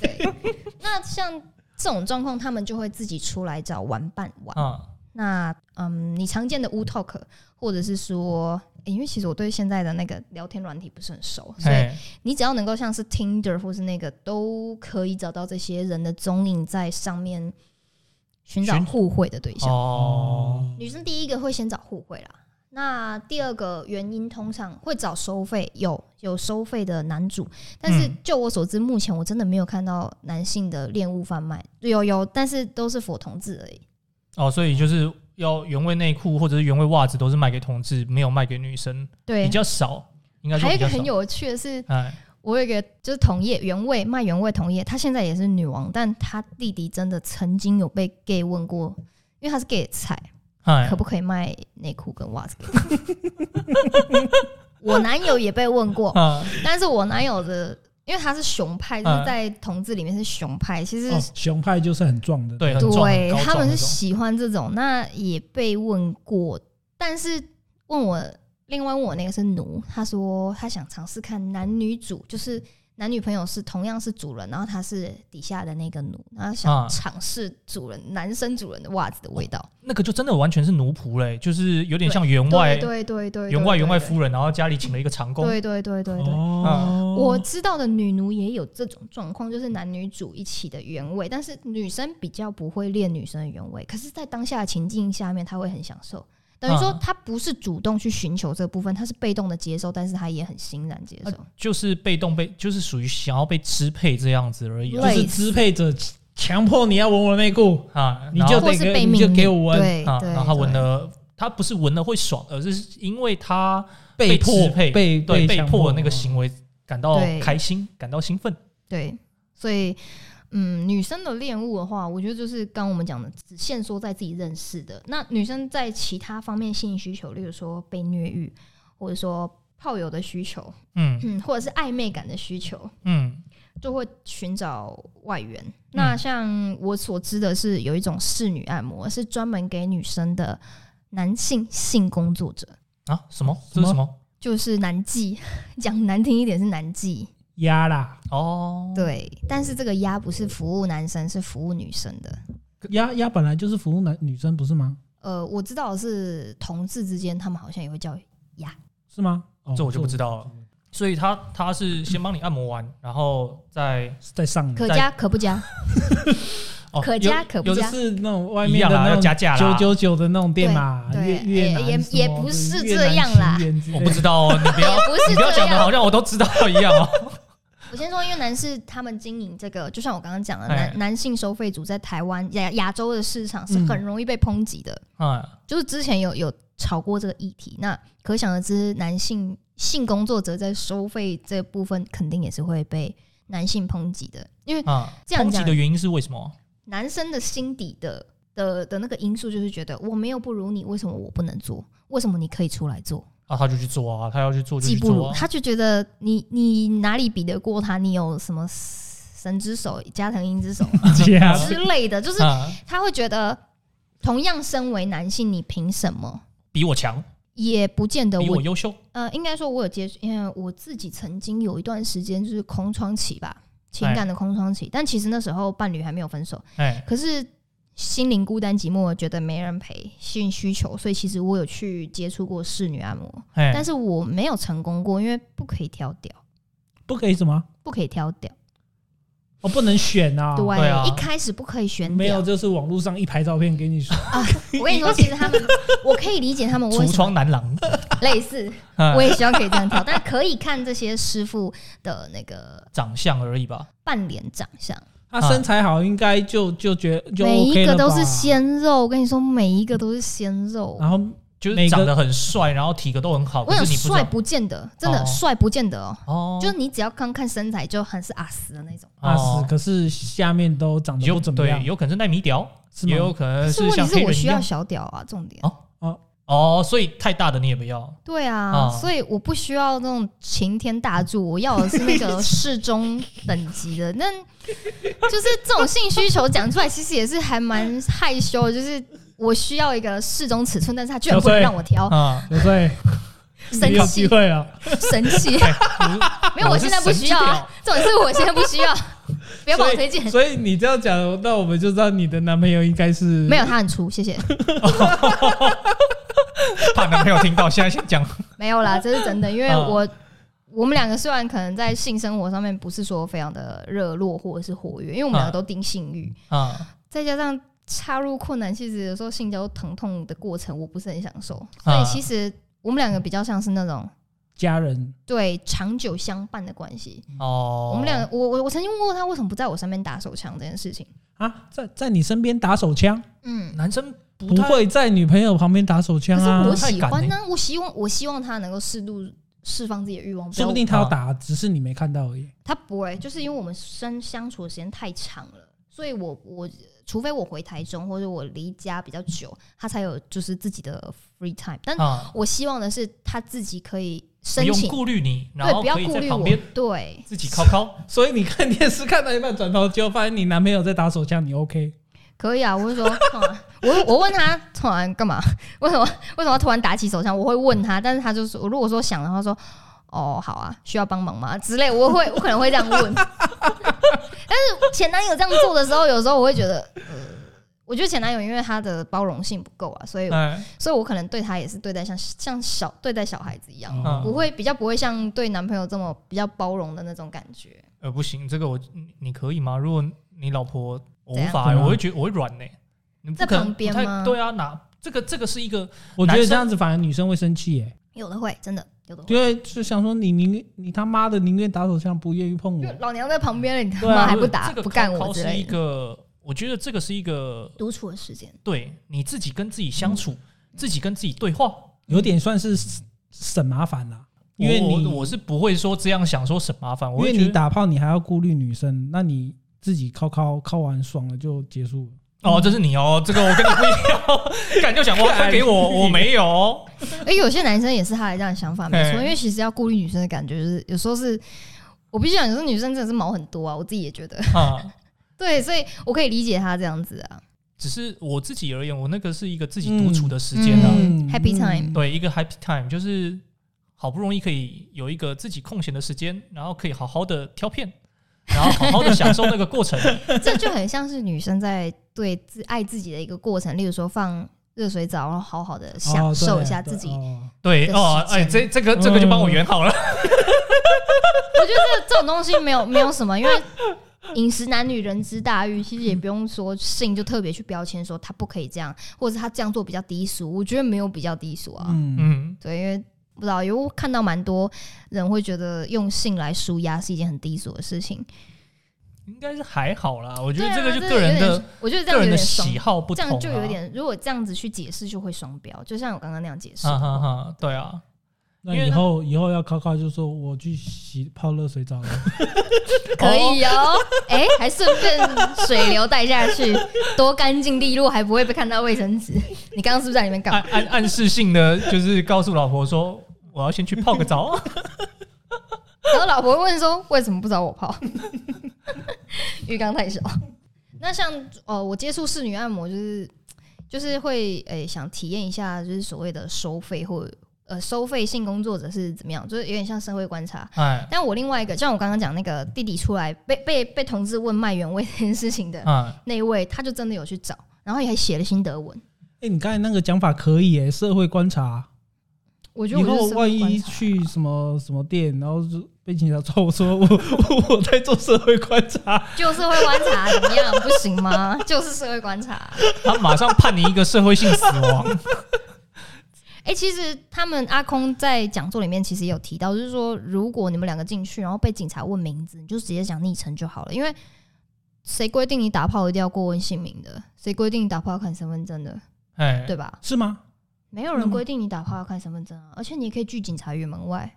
B: 对，那像这种状况，他们就会自己出来找玩伴 玩。
A: 啊？
B: 那嗯，你常见的 w Talk，或者是说、诶因为其实我对现在的那个聊天软体不是很熟，所以
A: 哎，
B: 你只要能够像是 Tinder 或是那个，都可以找到这些人的踪影在上面寻找
A: 寻
B: 互惠的对象。
A: 哦，
B: 女生第一个会先找互惠啦，那第二个原因通常会找收费，有有收费的男主，但是
A: 嗯
B: 就我所知，目前我真的没有看到男性的恋物贩卖，有有，但是都是佛同志而已。
A: 哦，所以就是要原味内裤或者是原味袜子都是卖给同志，没有卖给女生，
B: 对
A: 比，较少，应该说
B: 还有
A: 比较
B: 一个
A: 少
B: 很。有趣的是，
A: 哎，
B: 我有一个就是同业原味卖原味同业，她现在也是女王，但她弟弟真的曾经有被 gay 问过，因为他是 gay 的菜，
A: 哎
B: 可，不可以卖内裤跟袜子给他？ 我男友也被问过，
A: 啊，
B: 但是我男友的，因为他是熊派，
A: 嗯
B: 就是在同志里面是熊派，其实、
C: 哦，熊派就是很壮的，
A: 对，很壮，
B: 对
A: 很高
B: 他
A: 壮
B: 们是
A: 那种。
B: 喜欢这种，那也被问过，但是问我另外问我那个是奴，他说他想尝试看男女主，就是男女朋友是同样是主人，然后他是底下的那个奴，然后
A: 啊
B: 想尝试主人、男生主人的袜子的味道，
A: 那个就真的完全是奴仆嘞，就是有点像哦员外
B: 对对对对，
A: 员外员外
B: 服，
A: 夫人，然后家里请了一个长工。
B: 对对对对对。
C: 哦，
B: 我知道的女奴也有这种状况，就是男女主一起的原味，但是女生比较不会练女生的原味，可是，在当下的情境下面，她会很享受。等于说
A: 嗯，
B: 她不是主动去寻求这部分，她是被动的接受，但是她也很欣然接受。
C: 啊
A: 就是被动被，就是属于想要被支配这样子而已啊
C: 就是支配者强迫你要闻我内裤，
A: 啊。
C: 你
A: 然后
C: 就
B: 或
C: 得
B: 是
C: 给
B: 被
C: 你
B: 命
C: 就
B: 令
C: 给我闻，
B: 对
A: 啊，
B: 对，
A: 然后他闻
B: 对
A: 了，他不是闻了会爽，而是因为他
C: 被迫
A: 支配
C: 被
A: 对被
C: 强哦
A: 迫那个行为感到
B: 对
A: 开心，感到兴奋。
B: 对，所以嗯，女生的恋物的话，我觉得就是刚刚我们讲的，只限缩在自己认识的。那女生在其他方面性需求，例如说被虐欲，或者说炮友的需求，
A: 嗯
B: 嗯，或者是暧昧感的需求，
A: 嗯
B: 就会寻找外援。那像我所知的是，有一种侍女按摩是专门给女生的男性性工作者，
A: 啊，什么？这是什
C: 什
A: 么？
B: 就是男妓， 讲难听一点是男妓。
C: 压啦，
A: 哦，
B: 对，但是这个鸭不是服务男生，是服务女生的。
C: 压压本来就是服务男女生不是吗？
B: 呃，我知道的是同志之间，他们好像也会叫
C: 是吗？哦
A: 这我就不知道了。所以他他是先帮你按摩完，然后再
C: 在
A: 嗯
C: 上
B: 可加可不加，
A: 哦
B: 可
A: 有
B: 加可不
C: 有的
B: 加。
C: 是那种外
A: 一
C: 面的
A: 样啦，
C: 那
A: 要
C: 种
A: 加价
C: 九
A: 啦。
C: 九九的那种店嘛，
B: 对
C: 越
B: 对
C: 越南
B: 也也
C: 什么的
B: 也不是
C: 越
B: 这样啦
C: 南情缘之类
A: 我
C: 的
A: 不知道哦，你不要
B: 也不是
A: 你不要
B: 这
A: 讲的
B: 样
A: 好，像我都知道一样哦。
B: 我先说，因为男士他们经营这个，就像我刚刚讲的，
A: 哎
B: 男男性收费组在台湾亚亚洲的市场是
C: 嗯
B: 很容易被抨击的。
A: 嗯
B: 就是之前有有炒过这个议题，那可想而知，男性性工作者在收费这部分肯定也是会被男性抨击的，因为
A: 嗯，
B: 这样
A: 抨
B: 讲
A: 击的，原因是为什么？
B: 男生的心底的的的那个因素，就是觉得我没有不如你，为什么我不能做？为什么你可以出来做？
A: 啊，他就去做啊，他要去做就
B: 技
A: 去
B: 不
A: 做
B: 如，
A: 啊。
B: 他就觉得你你哪里比得过他？你有什么神之手、加藤鹰之 手
C: 这样
B: 之类的？就是
A: 啊，
B: 他会觉得，同样身为男性，你凭什么？
A: 比我强，
B: 也不见得
A: 比
B: 我
A: 我优秀，
B: 呃，应该说我有接触，因为我自己曾经有一段时间就是空窗期吧，情感的空窗期。但其实那时候伴侣还没有分手，
A: 哎，
B: 可是心灵孤单寂寞，觉得没人陪，性需求，所以其实我有去接触过侍女按摩，但
A: 哎，
B: 是我没有成功过，因为不可以挑掉，
C: 不可以什么？
B: 不可以挑掉，
C: 哦，不能选啊！
B: 对，
A: 对啊
B: 一开始不可以选
C: 没有，
B: 掉。
C: 就是网络上一排照片给你 选，
B: 啊！我跟你说，其实 他们，我可以理解他们为
A: 橱
B: 什么
A: 窗男郎，
B: 类 似，
A: 哎
B: 我也希望可以这样挑，但可以看这些师傅的那个
A: 长相而已吧。
B: 半脸长相。
C: 他身材好，应该就就觉得就
B: 每
C: OK
B: 一个
C: 了吧
B: 都是鲜肉，我跟你说，每一个都是鲜肉。
C: 然后
A: 就
C: 每
A: 是长
C: 个
A: 得很帅，然后体格都很好，
B: 我
A: 啊可
B: 想
A: 是你不知
B: 帅
A: 道
B: 不见得，真的
A: 哦
B: 帅不见得哦。
A: 哦，
B: 就是你只要刚看身材就很是阿死的那种，
C: 啊
A: 哦
C: 是，可是下面都长
A: 你
C: 得
A: 就
C: 不怎么样
A: 对，，有可能是耐米屌，
C: 是
A: 也有
C: 吗？
A: 可能
B: 是问题
A: 像呃黑
B: 是我
A: 人一
B: 需要
A: 样。
B: 小屌啊，重点
A: 哦。哦，所以太大的你也不要。
B: 对啊，
A: 哦
B: 所以我不需要那种擎天大柱，我要的是那个适中等级的。那 就是这种性需求讲出来，其实也是还蛮害羞的。就是我需要一个适中尺寸，但是他居然不能
C: 小帅
B: 让我 挑，
A: 啊，
C: 对不对？
B: 生
C: 没有
B: 气
C: 机会了。
B: 神 器。没有，我现在不需要 啊。这种是我现在不需要，不要帮我推荐。
C: 所以你这样讲，那我们就知道你的男朋友应该是
B: 没有，他很粗，谢谢。
A: 怕男朋友听到，现在先讲。
B: 没有 啦，这是真的，因为
A: 嗯
B: 我、我们两个虽然可能在性生活上面不是说非常的热络或者是活跃，因为我们两个都盯性欲，
A: 啊，
B: 再加上插入困难，其实有时候性交疼痛的过程我不是很享受，所
A: 嗯
C: 啊
B: 以其实我们两个比较像是那种
C: 家人，
B: 对长久相伴的关系。
A: 哦，
B: 我们两个，我我我曾经问过他为什么不在我身边打手枪这件事情，
C: 啊，在在你身边打手枪，
B: 嗯。
A: 男生不
C: 不
A: 太
C: 会在女朋友旁边打手枪
B: 可是
C: 啊
B: 我，
A: 太
B: 喜
A: 敢
B: 欢
A: 欸
B: 呢、我希望我希望他能够适度释放自己的欲望，不
C: 说
B: 要
C: 不定他要打，只是你没看到而已。
B: 他不会，就是因为我们生相处的时间太长了，所以我我除非我回台中或者我离家比较久，他才有就是自己的 free time。但
A: 啊，
B: 我希望的是他自己可以
A: 不
B: 申
A: 用
B: 请，
A: 顾虑你，然
B: 对，
A: 后
B: 不要
A: 可以
B: 顾
A: 在
B: 虑
A: 旁
B: 我
A: 边，
B: 对。
A: 自己靠靠。
C: 所以你看电视看到一半，转头就发现你男朋友在打手枪，你 OK？
B: 可以啊，我就说， 哼啊我我问他突然干嘛？为什么为什么突然打起手枪？我会问他，但是他就说，我如果说想的话，说哦好啊，需要帮忙吗之类，我会我可能会这样 问。但是前男友这样做的时候，有时候我会觉得，呃，我觉得前男友因为他的包容性不够啊，所以
A: 哎，
B: 所以我可能对他也是对待像像小对待小孩子一样，
A: 嗯
B: 不会比较不会像对男朋友这么比较包容的那种感觉。
A: 呃，不行，这个我你你可以吗？如果你老婆我
B: 怎
A: 无
B: 样
A: 法欸，
C: 怎么
A: 我会觉我会软呢。你不
B: 在
A: 可能
B: 旁边
A: 不太
B: 吗
A: 对啊，哪这个这个是一个
C: 我觉
A: 男
C: 得
A: 生
C: 这样子反而女生会生气耶，
B: 有的会真的有的会，
C: 因为就想说你宁你他妈的宁愿打手枪，不愿意碰
B: 就
C: 我。
B: 老娘在旁边了，你他
C: 对啊
B: 妈还
A: 不
B: 不
A: 是
B: 打
A: 这个
B: 不干
A: 靠靠
B: 我之
A: 是
B: 类
A: 一
B: 的。
A: 个，我觉得这个是一个
B: 独处的时间，
A: 对你自己跟自己相处，自己跟自己对话。
C: 有点算是省麻烦啦，因为
A: 我
C: 你
A: 我我是不会说这样想说省麻烦，
C: 因
A: 我会
C: 为
A: 觉
C: 你
A: 得
C: 打炮你还要顾虑女生，那你自己靠靠靠完爽了就结束了。
A: 哦，这是你哦，这个我跟你不一 样，敢就想挖坑给我，我没有。
B: 而有些男生也是他的这样的想法，没错，
A: 嘿
B: 因为其实要顾虑女生的感觉，就是有时候是我必须讲，有时候女生真的是毛很多啊，我自己也觉得，
A: 啊，
B: 对，所以我可以理解他这样子啊，
A: 只是我自己而言，我那个是一个自己独处的时间啊，
B: 嗯 Happy time
A: 对，一个 happy time，就是好不容易可以有一个自己空闲的时间，然后可以好好的挑片，然后好好的享受那个过程。
B: 这就很像是女生在对自爱自己的一个过程，例如说放热水澡，然后好好的享受一下自己。
C: 哦对
A: 对
C: 哦
B: 的
A: 哦，
B: 时
A: 哎，
B: 间
A: 这这个这个就帮我圆好了。
B: 我觉得这这种东西没有没有什么，因为饮食男女人之大欲，其实也不用说性就特别去标签说他不可以这样，或者是他这样做比较低俗，我觉得没有比较低俗啊。
C: 嗯，
A: 嗯，
B: 对，因为不知道，因为我看到蛮多人会觉得用性来舒压是一件很低俗的事情。
A: 应该是还好啦，我觉
B: 对
A: 得
B: 啊
A: 这个就
B: 这
A: 个人
B: 有
A: 的
B: 点，我觉得这
A: 个
B: 样
A: 人
B: 有
A: 的
B: 点双
A: 喜，好不
B: 这
A: 同、啊，
B: 样就有点，如果这样子去解释就会双标，就像我刚刚那样解释。
A: 哈哈哈，对啊，
C: 那
A: 因为
C: 以
A: 那
C: 后以后要考考，就说我去洗泡热水澡了。
B: 可以哦， 哎、还顺便水流带下 去，多干净利落，还不会被看到卫生纸。你刚刚是不是在里面干
A: 暗
B: 嘛？
A: 暗暗示性的，就是告诉老婆说我要先去泡个 澡。
B: 然后老婆问说：“为什么不找我泡？” 浴缸太小。那像呃，我接触侍女按摩就是就是会诶、想体验一下，就是所谓的收费或呃收费性工作者是怎么样，就是有点像社会观察。
A: 哎
B: 但我另外一个，像我刚刚讲那个弟弟出来被被被同志问卖原味这件事情的
A: 啊，
B: 那一位，他就真的有去找，然后也还写了心得文。
C: 哎、你刚才那个讲法可以哎、社会观察。
B: 我觉
C: 以
B: 得我
C: 后
B: 就是社
C: 万
B: 会
C: 一
B: 观察
C: 去什么什么店，然后就被警察抓，我说我 我在做社会观察，
B: 就社会观察怎么样不行 吗？就是社会观察。
A: 他马上判你一个社会性死 亡。
B: 哎、其实他们阿空在讲座里面其实也有提到，就是说如果你们两个进去，然后被警察问名字，你就直接讲昵称就好了，因为谁规定你打炮一定要过问姓名的？谁规定你打炮要看身份证的？
A: 哎，
B: 对吧？
C: 是吗？
B: 没有人规定你打炮要看身份证啊，而且你也可以拒警察于门外。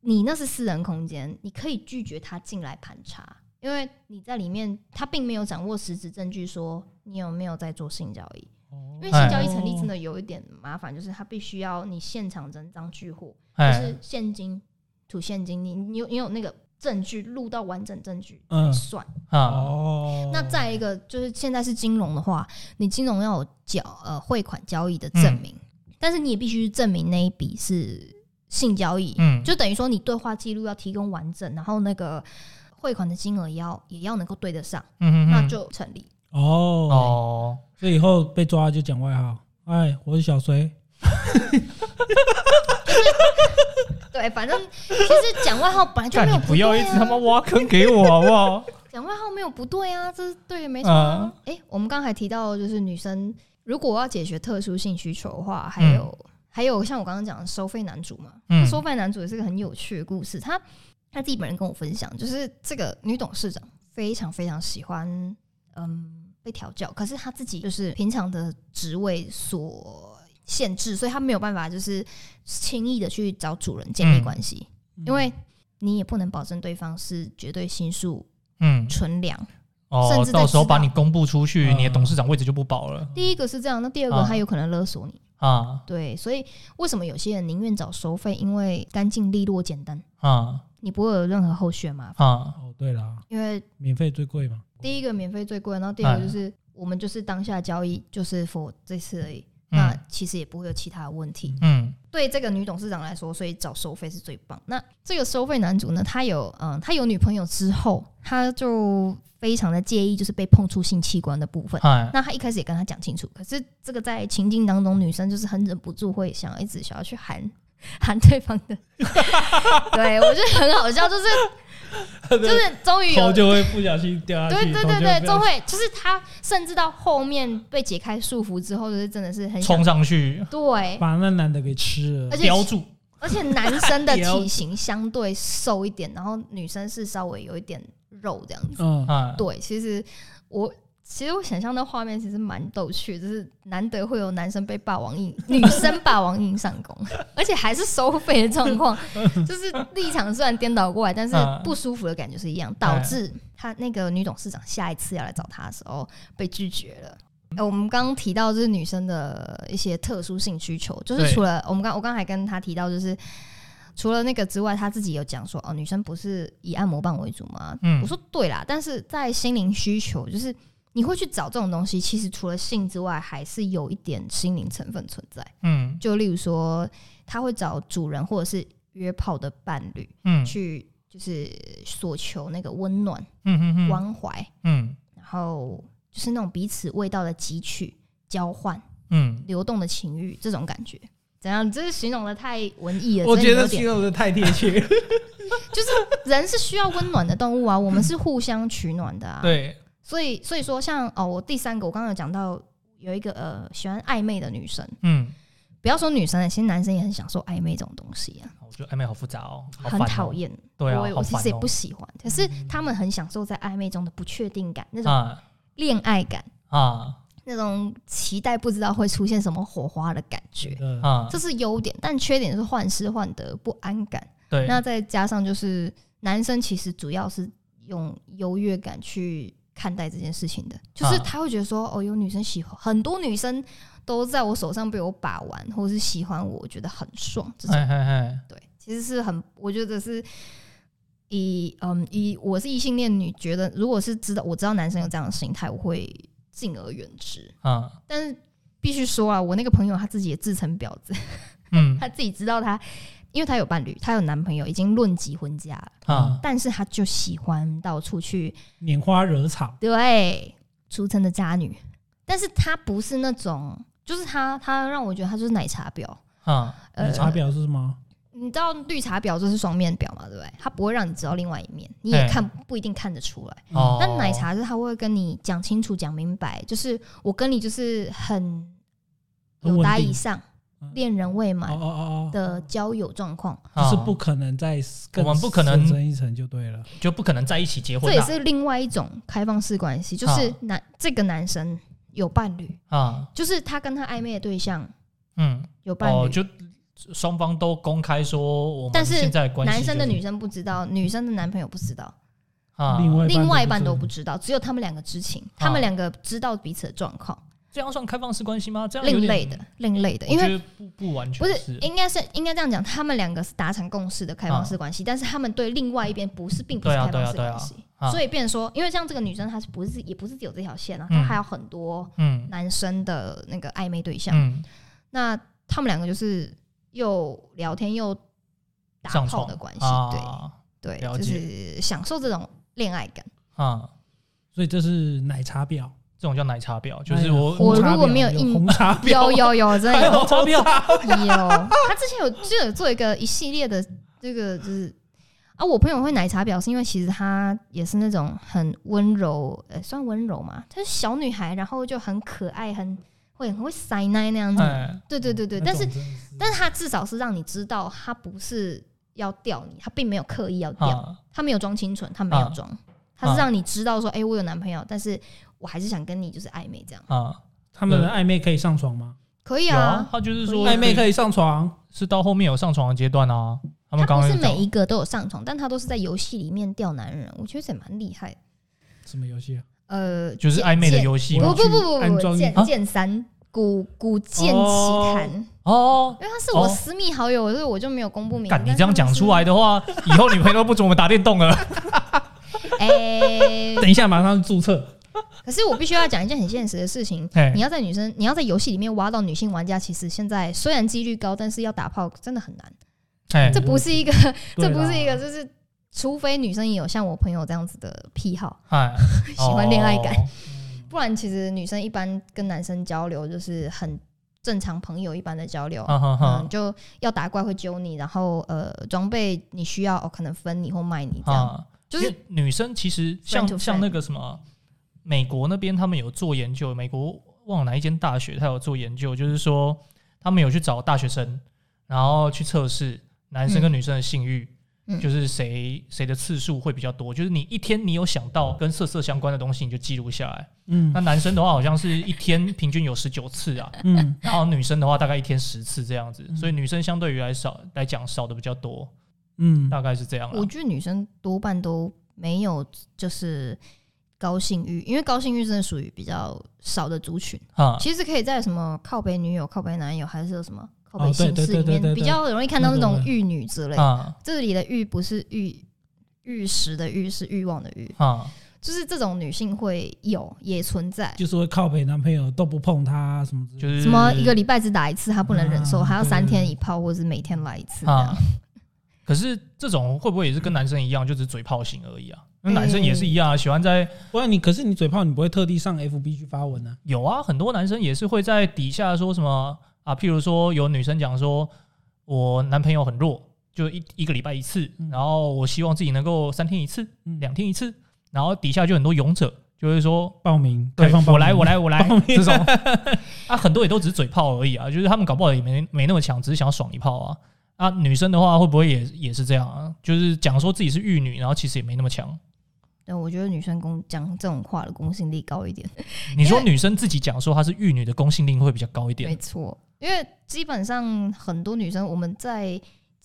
B: 你那是私人空间，你可以拒绝他进来盘查，因为你在里面，他并没有掌握实质证据说你有没有在做性交易。
A: 哦
B: 因
C: 哎
B: 为性交易成立真的有一点麻烦，就是他必须要你现场整张巨货，就
A: 哎
B: 是现金、吐现金，你你有你有那个证据录到完整证据
C: 嗯
B: 算。
A: 啊，
C: 哦，
B: 那再一个就是现在是金融的话，你金融要有缴呃汇款交易的证明，但是你也必须证明那一笔是性交易，
A: 嗯，
B: 就等于说你对话记录要提供完整，然后那个汇款的金额也要也要能够对得上，
A: 嗯嗯嗯
B: 那就成立。
C: 哦，
A: 哦，
C: 所以以后被抓就讲外号，哎，我是小隋，
B: 对，反正其实讲外号本来就
A: 干
B: 没有
A: 你不要
B: 对
A: 一
B: 啊
A: 直他妈挖坑给我好不好？
B: 讲外号没有不对啊，这是对 没错啊。哎、我们刚才提到，就是女生如果要解决特殊性需求的话，还有、还有像我刚刚讲的收费男主嘛，
A: 嗯
B: 收费男主也是个很有趣的故事。他他自己本人跟我分享，就是这个女董事长非常非常喜欢，嗯，被调教，可是她自己就是平常的职位所限制，所以她没有办法就是轻易的去找主人建立
A: 嗯
B: 关系，
C: 嗯
B: 因为你也不能保证对方是绝对心术
A: 嗯，
B: 纯良。甚
A: 哦
B: 至，在
A: 到时候
B: 知道
A: 把你公布出去，
C: 嗯
A: 你的董事长位置就不保了
B: 第一个是这样，那第二个
A: 啊
B: 他有可能勒索你。
A: 啊
B: 对，所以为什么有些人宁愿找收费？因为干净利落、简单，
A: 啊
B: 你不会有任何后续的麻烦。
A: 啊！
C: 哦，对啦，
B: 因为
C: 免费最贵嘛，
B: 第一个免费最贵，然后第二个就是我们就是当下交易，就是 for 这次而已。那
A: 嗯
B: 其实也不会有其他的问题。
A: 嗯
B: 对这个女董事长来说，所以找收费是最棒。那这个收费男主呢，他有嗯，他有女朋友之后，他就非常的介意，就是被碰触性器官的部分。
A: 哎
B: 那他一开始也跟他讲清楚，可是这个在情境当中，女生就是很忍不住会想要一直想要去 含含对方的， 对我觉得很好笑，就是 就是终于有
C: 头就会不小心掉下
B: 对
C: 去，
B: 对
C: 头
B: 对
C: 就会
B: 对，
C: 不
B: 终
C: 小心
B: 会就是他甚至到后面被解开束缚之后，就是真的是很想
A: 冲上去
B: 对，
C: 把那男的给吃了
B: 而，且
A: 标注，
B: 而且男生 的
C: 了解
B: 体型相对瘦一点，然后女生是稍微有一点肉这样子。
C: 嗯，
A: 哎
B: 对，其实我其实我想象的画面其实蛮逗趣，就是难得会有男生被霸王 硬，女生霸王硬上弓，而且还是收费的状 况，就是立场虽然颠倒过来，但是
A: 嗯
B: 不舒服的感觉是一样，导致他那个女董事长下一次要来找他的时候被拒绝了。
A: 嗯
B: 呃我们刚刚提到就是女生的一些特殊性需求，就是
A: 对
B: 除了我们刚我刚才跟他提到就是。除了那个之外，他自己有讲说，哦，女生不是以按摩棒为主吗？
A: 嗯
B: 我说对啦，但是在心灵需求，就是你会去找这种东西，其实除了性之外，还是有一点心灵成分存在。
A: 嗯
B: 就例如说，他会找主人或者是约炮的伴侣
A: 嗯
B: 去，就是索求那个温暖、
A: 嗯嗯嗯
B: 关怀，
A: 嗯
B: 然后就是那种彼此味道的汲取、交换、
A: 嗯，
B: 流动的情欲这种感觉。怎样？这是形容的太文艺了，
C: 我
B: 真的
C: 觉
B: 有点
C: 得形容的太贴 切了，
B: 人是需要温暖的动物啊，我们是互相取暖的啊。，
A: 对，
B: 所以所以说像哦，我第三个我刚刚有讲到有一个呃喜欢暧昧的女生，
A: 嗯，
B: 不要说女生了，欸其实男生也很享受暧昧这种东西啊，
A: 我觉得暧昧好复杂哦，好
B: 很
A: 烦哦
B: 讨，厌。
A: 对啊，
B: 我也
A: 好
B: 我其
A: 烦
B: 实也
A: 哦嗯
B: 不喜欢，可是他们很享受在暧昧中的不确定感，那种
A: 啊
B: 恋爱感。
A: 啊，
B: 那种期待不知道会出现什么火花的感觉，
C: 呃，
A: 啊，
B: 这是优点，但缺点是患失患得不安感。
A: 对，
B: 那再加上就是男生其实主要是用优越感去看待这件事情的，
A: 啊
B: 就是他会觉得说，哦，有女生喜欢，很多女生都在我手上被我把玩，或是喜欢我，我觉得很爽。这种
A: 哎哎哎，
B: 对，其实是很，我觉得是以嗯以我是异性恋女，觉得如果是知道我知道男生有这样的心态，我会敬而远之。
A: 啊，
B: 但是必须说啊，我那个朋友他自己也自称婊子，
A: 嗯
B: 他自己知道他，因为他有伴侣，他有男朋友，已经论及婚嫁了。
A: 啊，
B: 但是他就喜欢到处去，
C: 拈花惹草，
B: 对，俗称的渣女。但是他不是那种，就是他，他让我觉得他就是奶茶婊。
A: 啊，
B: 呃
C: 你查表是什么？
B: 你知道绿茶婊就是双面婊嘛，对不对？他不会让你知道另外一面，你
A: 对
B: 也看不一定看得出来。
A: 哦，
B: 但嗯奶茶是他会跟你讲清楚、讲明白，就是我跟你就是很
C: 很
B: 有
C: 稳
B: 达
C: 定
B: 以上
C: 嗯
B: 恋人未
C: 哦
B: 满
C: 哦哦哦，
B: 的交友状况，
C: 就是
A: 啊
C: 不可能再
A: 我
C: 更
A: 们不可能
C: 深深一层就对了。
A: 就不可能在一起结
B: 这
A: 婚
B: 也
A: 啦
B: 是另外一种开放式关系，就是
A: 啊
B: 男这个男生有伴侣，
A: 啊，
B: 就是他跟他暧昧的对象
A: 嗯，
B: 有伴
A: 哦，
B: 侣，
A: 就双方都公开说我们
B: 但是
A: 现在的关系，
B: 男生的女生不知道，女生的男朋友不知道，
A: 啊，
C: 另外
B: 另外一半
C: 知
B: 都
C: 道
B: 不知道，只有他们两个知情，他们两个知道彼此的状况，
A: 这样算开放式关系吗？这样有
B: 另
A: 点嗯
B: 类的，，另类的，
A: 我
B: 因
A: 觉
B: 为
A: 得不不完全
B: 不是
A: 是，
B: 应该是应该这样讲，他们两个是达成共识的开放式关系，但是他们对另外一边不是，并不是
A: 对啊
B: 开放式
A: 对啊对啊
B: 关系
A: 啊，
B: 所以变成说，因为像这个女生，她是不是也不是只有这条线啊，
A: 嗯
B: 她还有很多
A: 嗯
B: 男生的那个暧昧对象，
A: 嗯
B: 那他们两个就是又聊天又打
A: 上
B: 炮
A: 床
B: 的关系，
A: 啊
B: 对
A: 了
B: 对，就
A: 解
B: 是享受这种恋爱 感。
A: 啊，
C: 所以这是奶茶婊，
A: 这种叫奶茶婊，就
C: 哎
A: 是
C: 呀
A: 我
B: 我
C: 红茶
B: 如果没有
C: 婊
B: 硬
C: 红茶婊，
B: 有有有，真的
A: 哎
B: 有
A: 呦茶婊，
B: 有。他之前有就有做一个一系列的这个就是啊，我朋友会奶茶婊，是因为其实她也是那种很温柔，呃，算温柔嘛，她是小女孩，然后就很可爱，很会很会塞奶那样子。
A: 哎，
B: 对 对对对，
C: 那
B: 但是
C: 种真的是
B: 但是她至少是让你知道，她不是要吊你，她并没有刻意要吊你。
A: 啊
B: 他没有装清纯，他没有
A: 啊
B: 装，他是让你知道说，哎、我有男朋友，但是我还是想跟你就是暧昧这样，
A: 啊，
C: 他们的暧昧可以上床吗？
B: 可以
A: 有啊
B: 啊。，
A: 他就是
B: 可
A: 说
B: 以啊
C: 暧昧可以上床，
A: 是到后面有上床的阶段啊，他们
B: 他
A: 刚
B: 不
A: 刚
B: 是
A: 有讲
B: 每一个都有上床，但他都是在游戏里面钓男人，我觉得这蛮厉害的。
C: 什么游戏啊？
B: 呃，
A: 就是
B: 剑
A: 暧昧的游戏
B: 剑
A: 嘛
B: 不不不不
C: 安
B: 不
C: 装
B: 不，
C: 一
B: 剑
A: 啊
B: 剑三古古剑奇谭，
A: 哦。
B: 因为他是我
A: 哦
B: 私密好友，所以我就没有公布名字。
A: 干，你
B: 但
A: 这样讲出 来的话，以后女朋友都不准我们打电动了。
B: 是他们是，哎、
C: 等一下，马上注册。
B: 可是我必须要讲一件很现实的事情，
A: 嘿
B: 你要在女生，你要在游戏里面挖到女性玩家，其实现在虽然几率高，但是要打炮真的很难。
A: 嘿
B: 这不是一个，
C: 对啊
B: 这
C: 啦
B: 不是一个，就是除非女生也有像我朋友这样子的癖好，
A: 哎，喜
B: 喜欢恋爱感，
A: 哦
B: 不然其实女生一般跟男生交流就是很正常朋友一般的交流。
C: 啊
A: 哈哦啊哈
B: 嗯，
A: 哈
B: 就要打怪会揪你，然后呃，装备你需要哦，可能分你或卖你这样，
A: 啊！
B: 就是
A: 因为女生其实
B: friend to
A: 像
B: friend
A: 像那个什么，美国那边他们有做研究，美国忘了哪一间大学，他有做研究，就是说他们有去找大学生，然后去测试男生跟女生的性欲。
B: 嗯
A: 就是谁谁的次数会比较多，就是你一天你有想到跟色色相关的东西，你就记录下来。
C: 嗯
A: 那男生的话，好像是一天平均有十九次啊，
C: 嗯，
A: 然后女生的话大概一天十次这样子，
C: 嗯
A: 所以女生相对于来少来讲少的比较多，
C: 嗯，
A: 大概是这样啦
B: 我觉得女生多半都没有就是高性欲，因为高性欲真的属于比较少的族群。
A: 啊。
B: 其实可以在什么靠北女友、靠北男友，还是有什么靠
C: 哦
B: 北
C: 对
B: 姓氏
C: 对对
B: 里
C: 对对
B: 面，
C: 对
B: 比较容易看到那种
C: 对对
B: 玉女之类的。
A: 啊
B: 这里的欲不是欲玉石的玉，是欲望的欲，
A: 啊
B: 就是这种女性会有也存在。
C: 就是会靠北男朋友都不碰他啊什么之类的，
A: 就是嗯
B: 什么一个礼拜只打一次，她不能忍受，
C: 啊
B: 还要三
C: 对对
B: 天
C: 对
B: 一泡，或者是每天来一次这
A: 啊
B: 样。。
A: 可是这种会不会也是跟男生一样，就只是嘴炮型而已啊？那男生也是一
B: 嗯
A: 样啊，喜欢在
C: 不然你可是你嘴炮，你不会特地上 FB 去发文啊？
A: 有啊，很多男生也是会在底下说什么啊，譬如说有女生讲说，我男朋友很弱，就一一个礼拜一次，
C: 嗯
A: 然后我希望自己能够三天一次，
C: 嗯
A: 两天一次，然后底下就很多勇者就会说，
C: 报名，
A: 对
C: 开放，报
A: 我
C: 名
A: 来，我，来，我来
C: 报名，
A: 这种 啊，很多也都只是嘴炮而已啊，就是他们搞不好也没没那么强，只是想爽一炮啊。啊，女生的话会不会也也是这样啊？就是讲说自己是玉女，然后其实也没那么强
B: 对，我觉得女生公讲这种话的公信力高一点，
A: 你说女生自己讲说她是玉女的公信力会比较高一
B: 没
A: 点，
B: 错，因为基本上很多女生我们在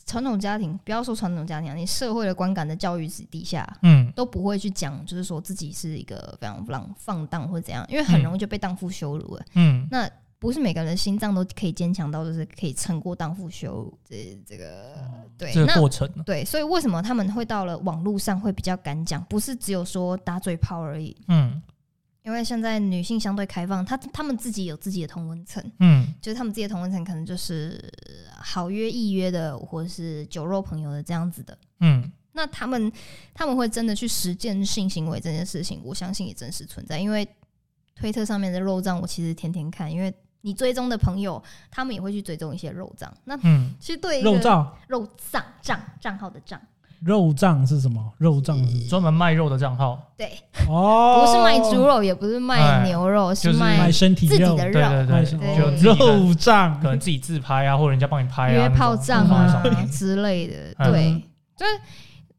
B: 传统家庭，不要说传统家庭、啊，你社会的观感的教育底下，
A: 嗯，
B: 都不会去讲，就是说自己是一个非常浪放荡或怎样，因为很容易就被荡妇羞辱了。
A: 嗯，
B: 那不是每个人的心脏都可以坚强到，就是可以撑过荡妇羞辱这这个对。
A: 哦这个
B: 那
A: 过程呢，
B: 对，所以为什么他们会到了网络上会比较敢讲，不是只有说打嘴炮而已？
A: 嗯
B: 因为现在女性相对开放，她她们自己有自己的同温层，
A: 嗯
B: 就是她们自己的同温层可能就是好约易约的，或者是酒肉朋友的这样子的。
A: 嗯
B: 那他们他们会真的去实践性行为这件事情，我相信也真实存在。因为推特上面的肉账，我其实天天看，因为你追踪的朋友，他们也会去追踪一些肉账。那
A: 嗯，
B: 其实对一个
C: 肉燥
B: 肉账账账号的账，
C: 肉胀是什么？肉胀是
A: 专门卖肉的账号，
B: 对，
A: 嗯
C: 哦，
B: 不是卖猪肉，也不是卖
A: 哎
B: 牛肉，
A: 就是是
B: 卖
C: 卖身体
B: 自己
C: 肉，
B: 的
A: 对
B: 肉。
A: 对
C: 卖
A: 对，
C: 身体
A: 就自己的
C: 肉胀
A: 可能自己自拍啊，或者人家帮你拍啊，
B: 约炮
A: 账
B: 账啊
C: 那种
B: 之类的，
A: 嗯
B: 对，就是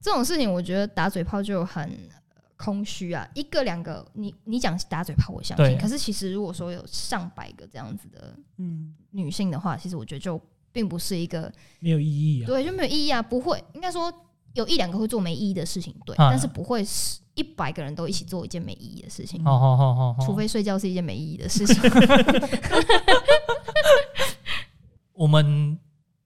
B: 这种事情，我觉得打嘴炮就很呃空虚啊。一个两个，你你讲打嘴炮，我相信，
A: 对
B: 可是其实如果说有上百个这样子的
C: 嗯，
B: 女性的话，其实我觉得就并不是一个
C: 没有意义啊。
B: 对，就没有意义啊，不会，应该说有一两个会做没意义的事情，对，
A: 嗯
B: 但是不会是一百个人都一起做一件没意义的事情，
A: 好好好好好，
B: 除非睡觉是一件没意义的 事情。
A: 我们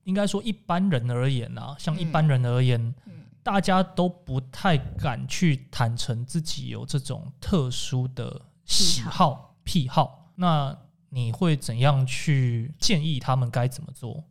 A: 应该说一般人而言啊，像一般人而言，
B: 嗯
A: 大家都不太敢去坦诚自己有这种特殊的喜好癖好。那你会怎样去建议他们该怎么做？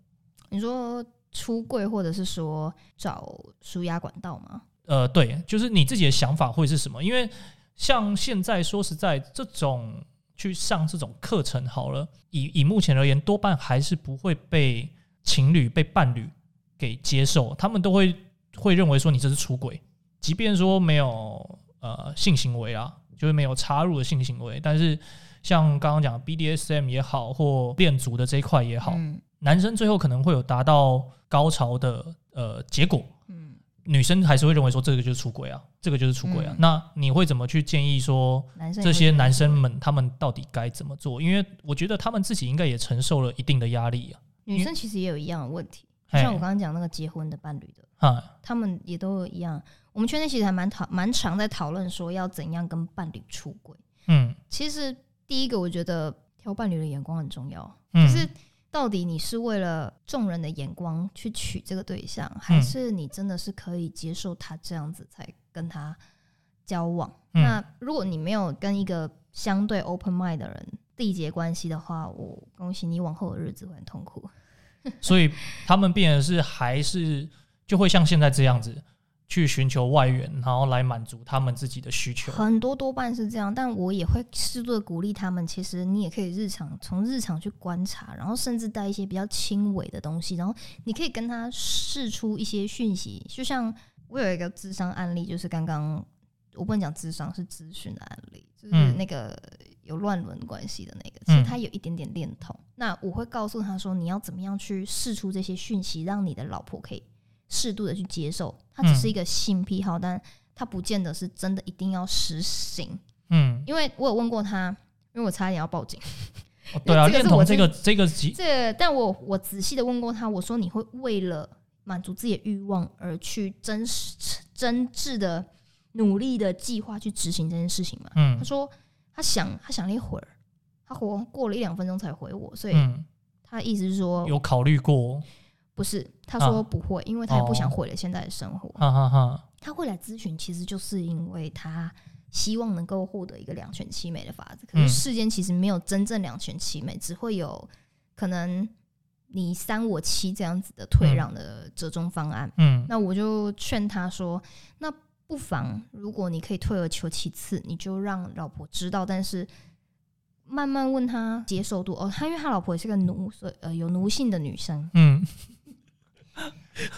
B: 你说出柜，或者是说找舒压管道吗？
A: 呃，对，就是你自己的想法会是什么？因为像现在说实在，这种去上这种课程好了，以以目前而言，多半还是不会被情侣、被伴侣给接受，他们都会会认为说你这是出轨，即便说没有呃性行为啊，就是没有插入的性行为，但是像刚刚讲的 BDSM 也好，或恋足的这一块也好，
B: 嗯
A: 男生最后可能会有达到高潮的呃结果，
B: 嗯，
A: 女生还是会认为说这个就是出轨啊，这个就是出轨啊。
B: 嗯
A: 那你会怎么去建议说
B: 男生也
A: 这
B: 会
A: 些
B: 觉得
A: 男生们他们到底该怎么做？因为我觉得他们自己应该也承受了一定的压力啊。
B: 女生其实也有一样的问题，就
A: 嘿
B: 像我刚刚讲那个结婚的伴侣的，
A: 啊，
B: 他们也都有一样。我们圈内其实还蛮讨蛮常在讨论说要怎样跟伴侣出轨。
A: 嗯
B: 其实第一个，我觉得挑伴侣的眼光很重要，
A: 嗯，
B: 就是到底你是为了众人的眼光去娶这个对象，还
A: 嗯
B: 是你真的是可以接受他这样子才跟他交往？
A: 嗯
B: 那如果你没有跟一个相对 open mind 的人缔结关系的话，我恭喜你往后的日子会很痛苦。
A: 所以他们变得是还是就会像现在这样子去寻求外援，然后来满足他们自己的需求。
B: 很多多半是这样，但我也会适度的鼓励他们。其实你也可以日常从日常去观察，然后甚至带一些比较轻微的东西，然后你可以跟他试出一些讯息。就像我有一个智商案例，就是刚刚我不能讲智商是咨询的案例，就是
A: 嗯
B: 那个有乱伦关系的那个，其
A: 嗯
B: 实他有一点点恋童。那我会告诉他说，你要怎么样去试出这些讯息，让你的老婆可以适度的去接受。它只是一个性癖好，但它不见得是真的一定要实行。
A: 嗯，
B: 因为我有问过他，因为我差一点要报警。
A: 哦对啊，
B: 这个
A: 恋
B: 是
A: 童
B: 我
A: 这个
B: 真
A: 这个极
B: 这，但我我仔细的问过他，我说你会为了满足自己的欲望而去真实、真挚的、努力的计划去执行这件事情吗？
A: 嗯
B: 他说他想，他想了一会儿，他活过了一两分钟才回我，所以
A: 嗯，
B: 他的意思是说
A: 有考虑过，
B: 不是，他
A: 啊
B: 说不会，因为他也不
A: 哦
B: 想毁了现在的生活。
A: 哈哈哈，
B: 他会来咨询，其实就是因为他希望能够获得一个两全其美的法子。可是
A: 嗯
B: 世间其实没有真正两全其美，只会有可能你三我七这样子的退
A: 嗯
B: 让的折中方案。
A: 嗯
B: 那我就劝他说，那不妨如果你可以退而求其次，你就让老婆知道，但是。慢慢问他接受度哦，他因为他老婆也是个奴，所以呃有奴性的女生，
A: 嗯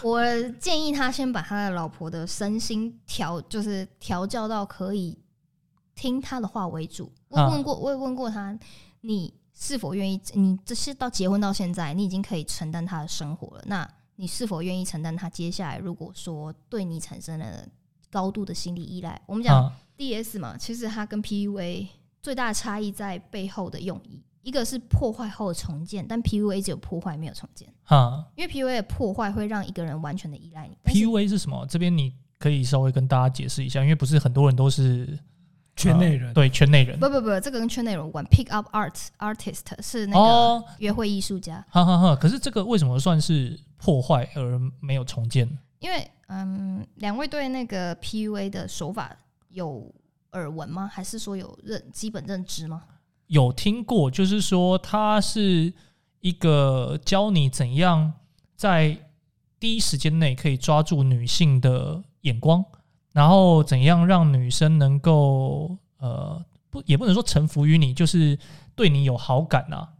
B: 我建议他先把他的老婆的身心调，就是调教到可以听他的话为主。我
A: 啊
B: 问过，我也问过他，你是否愿意？你这是到结婚到现在，你已经可以承担他的生活了，那你是否愿意承担他接下来如果说对你产生了高度的心理依赖。我们讲
A: 啊
B: DS 嘛，其实它跟 PUA 最大的差异在背后的用意，一个是破坏后的重建，但 PUA 只有破坏没有重建，
A: 啊
B: 因为 PUA 的破坏会让一个人完全的依赖你。但是
A: ，PUA 是什么？这边你可以稍微跟大家解释一下，因为不是很多人都是呃
C: 圈内人，
A: 对圈内人
B: 不不不，这个跟圈内容无关。Pick up art artist 是那个
A: 哦，
B: 约会艺术家，
A: 哈哈哈。可是这个为什么算是破坏而没有重建？
B: 因为嗯，两位对那个 PUA 的手法有耳闻吗？还是说有认基本认知吗？
A: 有听过，就是说它是一个教你怎样在第一时间内可以抓住女性的眼光，然后怎样让女生能够呃不也不能说臣服于你，就是对你有好感啊。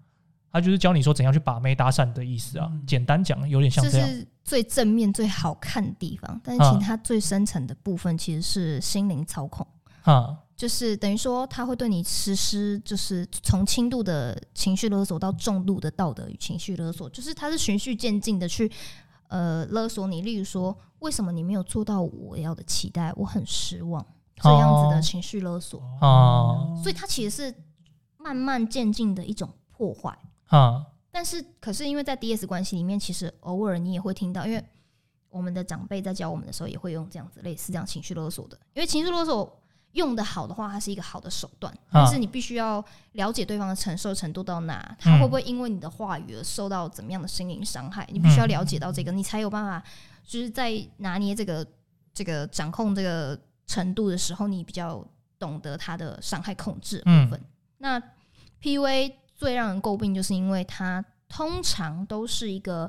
A: 他就是教你说怎样去把妹搭讪的意思啊，
C: 嗯
A: 简单讲有点像
B: 这
A: 这样。
B: 是最正面、最好看的地方，但是
A: 啊
B: 其他最深层的部分其实是心灵操控。
A: 哈，
B: 就是等于说，他会对你实施，就是从轻度的情绪勒索到重度的道德与情绪勒索，就是他是循序渐进的去呃勒索你。例如说，为什么你没有做到我要的期待，我很失望，这样子的情绪勒索。
A: 哦
B: 所以它其实是慢慢渐进的一种破坏。
A: 哈，
B: 但是，可是因为在 DS 关系里面，其实偶尔你也会听到，因为我们的长辈在教我们的时候，也会用这样子类似这样情绪勒索的。因为情绪勒索用的好的话，它是一个好的手段，但是你必须要了解对方的承受程度到哪，他会不会因为你的话语而受到怎么样的心灵伤害，你必须要了解到这个，你才有办法就是在拿捏这个这个掌控这个程度的时候，你比较懂得他的伤害控制的部分。那 PUA 最让人诟病，就是因为它通常都是一个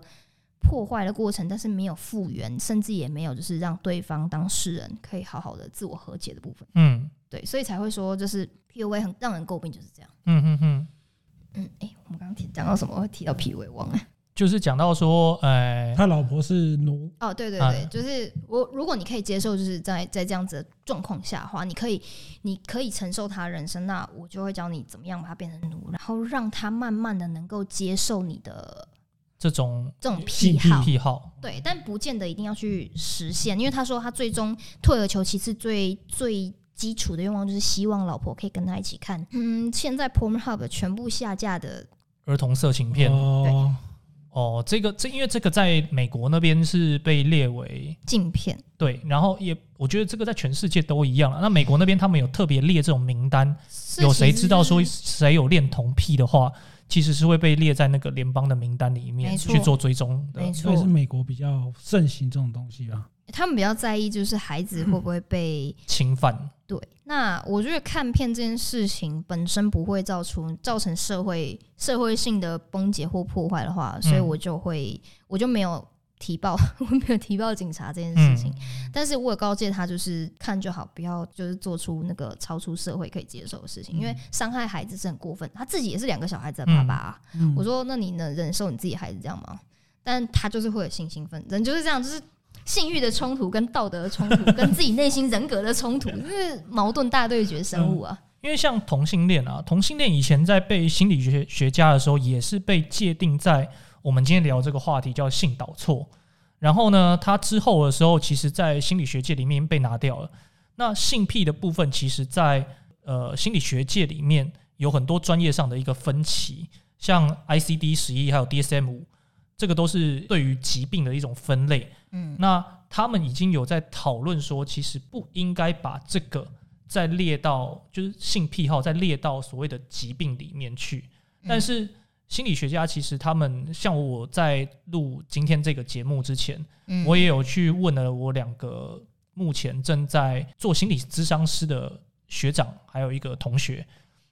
B: 破坏的过程，但是没有复原，甚至也没有就是让对方当事人可以好好的自我和解的部分。
A: 嗯
B: 对，所以才会说就是 PUA 很让人诟病，就是这样。
A: 嗯嗯嗯，
B: 嗯，哎、我们刚刚提讲到什么？会提到 PUA 忘了。
A: 就是讲到说，呃，
C: 他老婆是奴，
B: 哦，对对对，
A: 啊
B: 就是我，如果你可以接受，就是在在这样子的状况下的话，你可以，你可以承受他人生，那我就会教你怎么样把它变成奴，然后让他慢慢的能够接受你的
A: 这种
B: 这种癖
C: 性癖
B: 好，
A: 癖好，
B: 对，但不见得一定要去实现，因为他说他最终退而求其次最最基础的愿望就是希望老婆可以跟他一起看。嗯，现在 Pornhub 全部下架的，
A: 儿童色情片，
C: 哦，
A: 哦，这个这因为这个在美国那边是被列为
B: 镜片，
A: 对，然后也我觉得这个在全世界都一样了。那美国那边他们有特别列这种名单，
B: 是
A: 有
B: 其
A: 谁
B: 实
A: 知道
B: 是
A: 说谁有恋童癖的话，其实是会被列在那个联邦的名单里面
B: 没错
A: 去做追踪的
B: 没。
C: 所以是
B: 错，
C: 美国比较盛行这种东西吧？
B: 他们比较在意就是孩子会不会被、
A: 侵犯，
B: 对。那我觉得看片这件事情本身不会造出造成社会社会性的崩解或破坏的话，所以
A: 嗯
B: 我就会、我就没有提报， 我没有提报警察这件事
A: 嗯
B: 情。但是我有告诫他，就是看就好，不要就是做出那个超出社会可以接受的事情，因
A: 嗯
B: 为伤害孩子是很过分。他自己也是两个小孩子的爸爸、啊，
C: 嗯
B: 我说那你能忍受你自己孩子这样吗？但他就是会有性兴奋，人就是这样，就是性欲的冲突、跟道德的冲突、跟自己内心人格的冲突， 就是矛盾大对决生物啊。
A: 因为像同性恋啊，同性恋以前在被心理学学家的时候，也是被界定在我们今天聊这个话题叫性导错。然后呢，它之后的时候，其实在心理学界里面被拿掉了。那性癖的部分，其实在呃心理学界里面有很多专业上的一个分歧，像 ICD 十一还有 DSM 五，这个都是对于疾病的一种分类。
B: 嗯，
A: 那他们已经有在讨论说，其实不应该把这个再列到就是性癖好再列到所谓的疾病里面去。嗯
B: 嗯
A: 但是心理学家其实他们像我在录今天这个节目之前，
B: 嗯
A: 我也有去问了我两个目前正在做心理咨商师的学长，还有一个同学，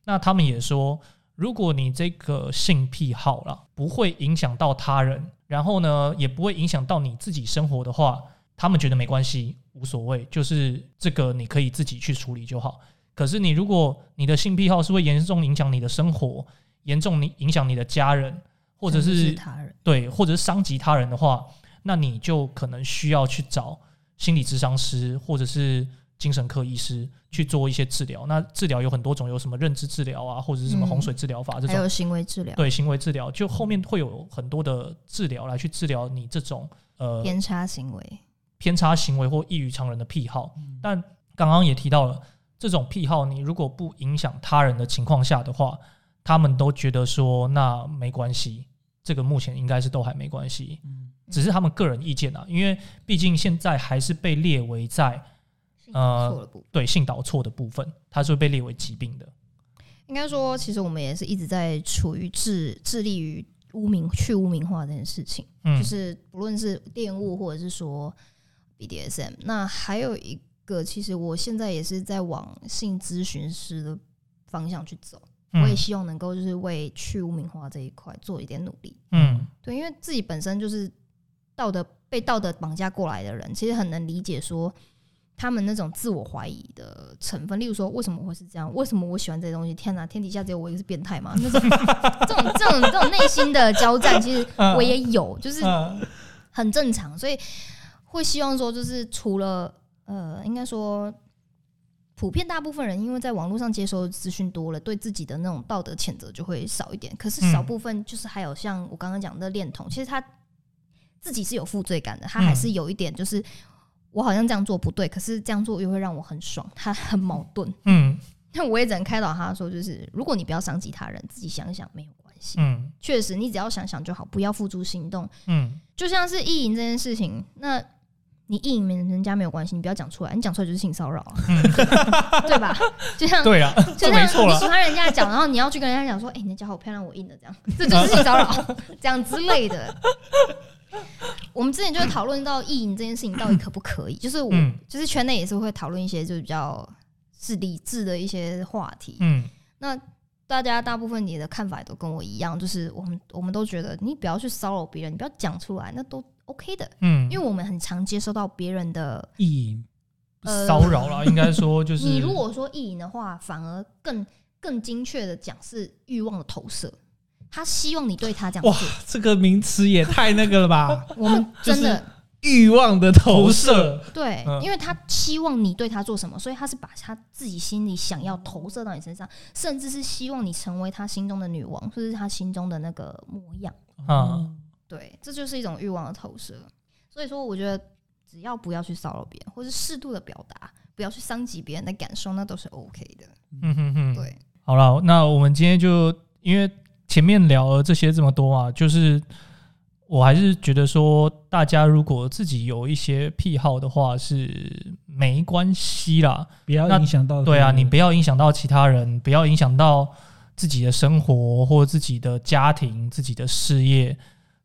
A: 那他们也说，如果你这个性癖好啦，不会影响到他人，然后呢，也不会影响到你自己生活的话，他们觉得没关系，无所谓，就是这个你可以自己去处理就好。可是你如果你的性癖好是会严重影响你的生活，严重你影响你的家人，或者
B: 甚至
A: 是
B: 他人，
A: 对，或者是伤及他人的话，那你就可能需要去找心理咨商师或者是精神科医师去做一些治疗。那治疗有很多种，有什么认知治疗啊，或者是什么
B: 嗯
A: 洪水治疗法这
B: 还
A: 种，
B: 有行为治疗、
A: 对行为治疗，就后面会有很多的治疗来去治疗你这种呃
B: 偏差行为，
A: 偏差行为或异于常人的癖好。
C: 嗯
A: 但刚刚也提到了，这种癖好你如果不影响他人的情况下的话，他们都觉得说那没关系，这个目前应该是都还没关系，
C: 嗯
A: 只是他们个人意见啊，因为毕竟现在还是被列为在呃
B: 错了不？
A: 对性导错的部分，它是会被列为疾病的。
B: 应该说，其实我们也是一直在处于致致力于污名去污名化这件事情，
A: 嗯，
B: 就是不论是恋物或者是说 BDSM，那还有一个，其实我现在也是在往性咨询师的方向去走，
A: 嗯
B: 我也希望能够就是为去污名化这一块做一点努力。
A: 嗯
B: 对，因为自己本身就是道德被道德绑架过来的人，其实很能理解说他们那种自我怀疑的成分。例如说，为什么我会是这样？为什么我喜欢这些东西？天哪，天底下只有我一个是变态嘛？那种这种这种这种内心的交战，其实
A: 嗯，
B: 我也有，就是
A: 嗯
B: 很正常，所以会希望说，就是除了呃，应该说。普遍大部分人因为在网络上接收的资讯多了，对自己的那种道德谴责就会少一点。可是
A: 嗯
B: 少部分就是还有像我刚刚讲的恋童，其实他自己是有负罪感的，他还
A: 嗯
B: 是有一点就是我好像这样做不对，可是这样做又会让我很爽，他很矛盾。
A: 嗯
B: 那我也只能开导他说，就是如果你不要伤及他人，自己想一想没有关系。
A: 嗯
B: 确实，你只要想想就好，不要付诸行动。
A: 嗯
B: 就像是意淫这件事情，那你意淫人家没有关系，你不要讲出来，你讲出来就是性骚扰、啊， 对吧？就像
A: 嗯，对啊，
B: 就
A: 这
B: 像
A: 嗯没
B: 你
A: 错
B: 喜
A: 了。
B: 欢人家讲，然后你要去跟人家讲说，哎、你的脚好漂亮，我硬的这样，这就是性骚扰，这样之类的。我们之前就是讨论到意淫这件事情到底可不可以，就是我、
A: 嗯
B: 就是圈内也是会讨论一些就是比较是理智的一些话题，
A: 嗯
B: 那大家大部分你的看法也都跟我一样，就是我们我们都觉得你不要去骚扰别人，你不要讲出来，那都 OK 的，
A: 嗯，
B: 因为我们很常接收到别人的。
C: 意淫，
B: 呃
A: 骚扰啦，应该说就是
B: 你如果说意淫的话，反而更更精确的讲是欲望的投射。他希望你对他这样
C: 哇
B: 做，
C: 这个名词也太那个了吧？
B: 我们
C: 就是
B: 真的、
C: 欲望的投射，
B: 对，
A: 嗯
B: 因为他希望你对他做什么，所以他是把他自己心里想要投射到你身上，甚至是希望你成为他心中的女王，或者是他心中的那个模样。
C: 嗯
A: 啊
B: 对，这就是一种欲望的投射。所以说，我觉得只要不要去骚扰别人，或是适度的表达，不要去伤及别人的感受，那都是 OK 的。
A: 嗯哼哼，
B: 对，
A: 好了，那我们今天就因为前面聊了这些这么多啊，就是我还是觉得说，大家如果自己有一些癖好的话，是没关系啦。
C: 不要
A: 那
C: 影响到
A: 对啊，你不
C: 别
A: 要影响到其他人，不要影响到自己的生活或自己的家庭、自己的事业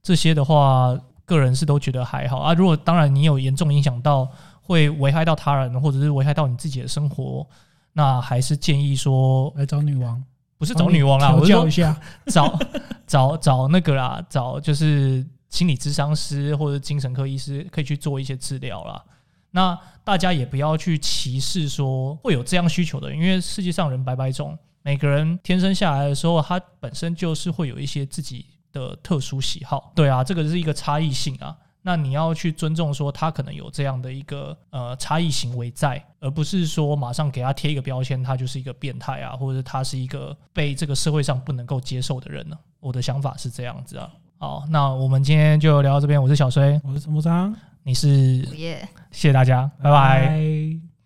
A: 这些的话，个人是都觉得还好啊。如果当然你有严重影响到，会危害到他人或者是危害到你自己的生活，那还是建议说
C: 来找女王，
A: 不是找女王啦，
C: 帮
A: 我
C: 哦你
A: 是
C: 调
A: 说
C: 教一下，
A: 找找找那个啦，找就是心理咨商师或者精神科医师可以去做一些治疗啦。那大家也不要去歧视说会有这样需求的，因为世界上人百百种，每个人天生下来的时候，他本身就是会有一些自己的特殊喜好。对啊，这个是一个差异性啊。那你要去尊重说他可能有这样的一个呃差异行为在，而不是说马上给他贴一个标签，他就是一个变态啊，或者他是一个被这个社会上不能够接受的人呢、我的想法是这样子啊。好，那我们今天就聊到这边，我是小崔，
C: 我是陈木章，
A: 你是，
B: 耶、
A: 谢谢大家，拜拜
C: 拜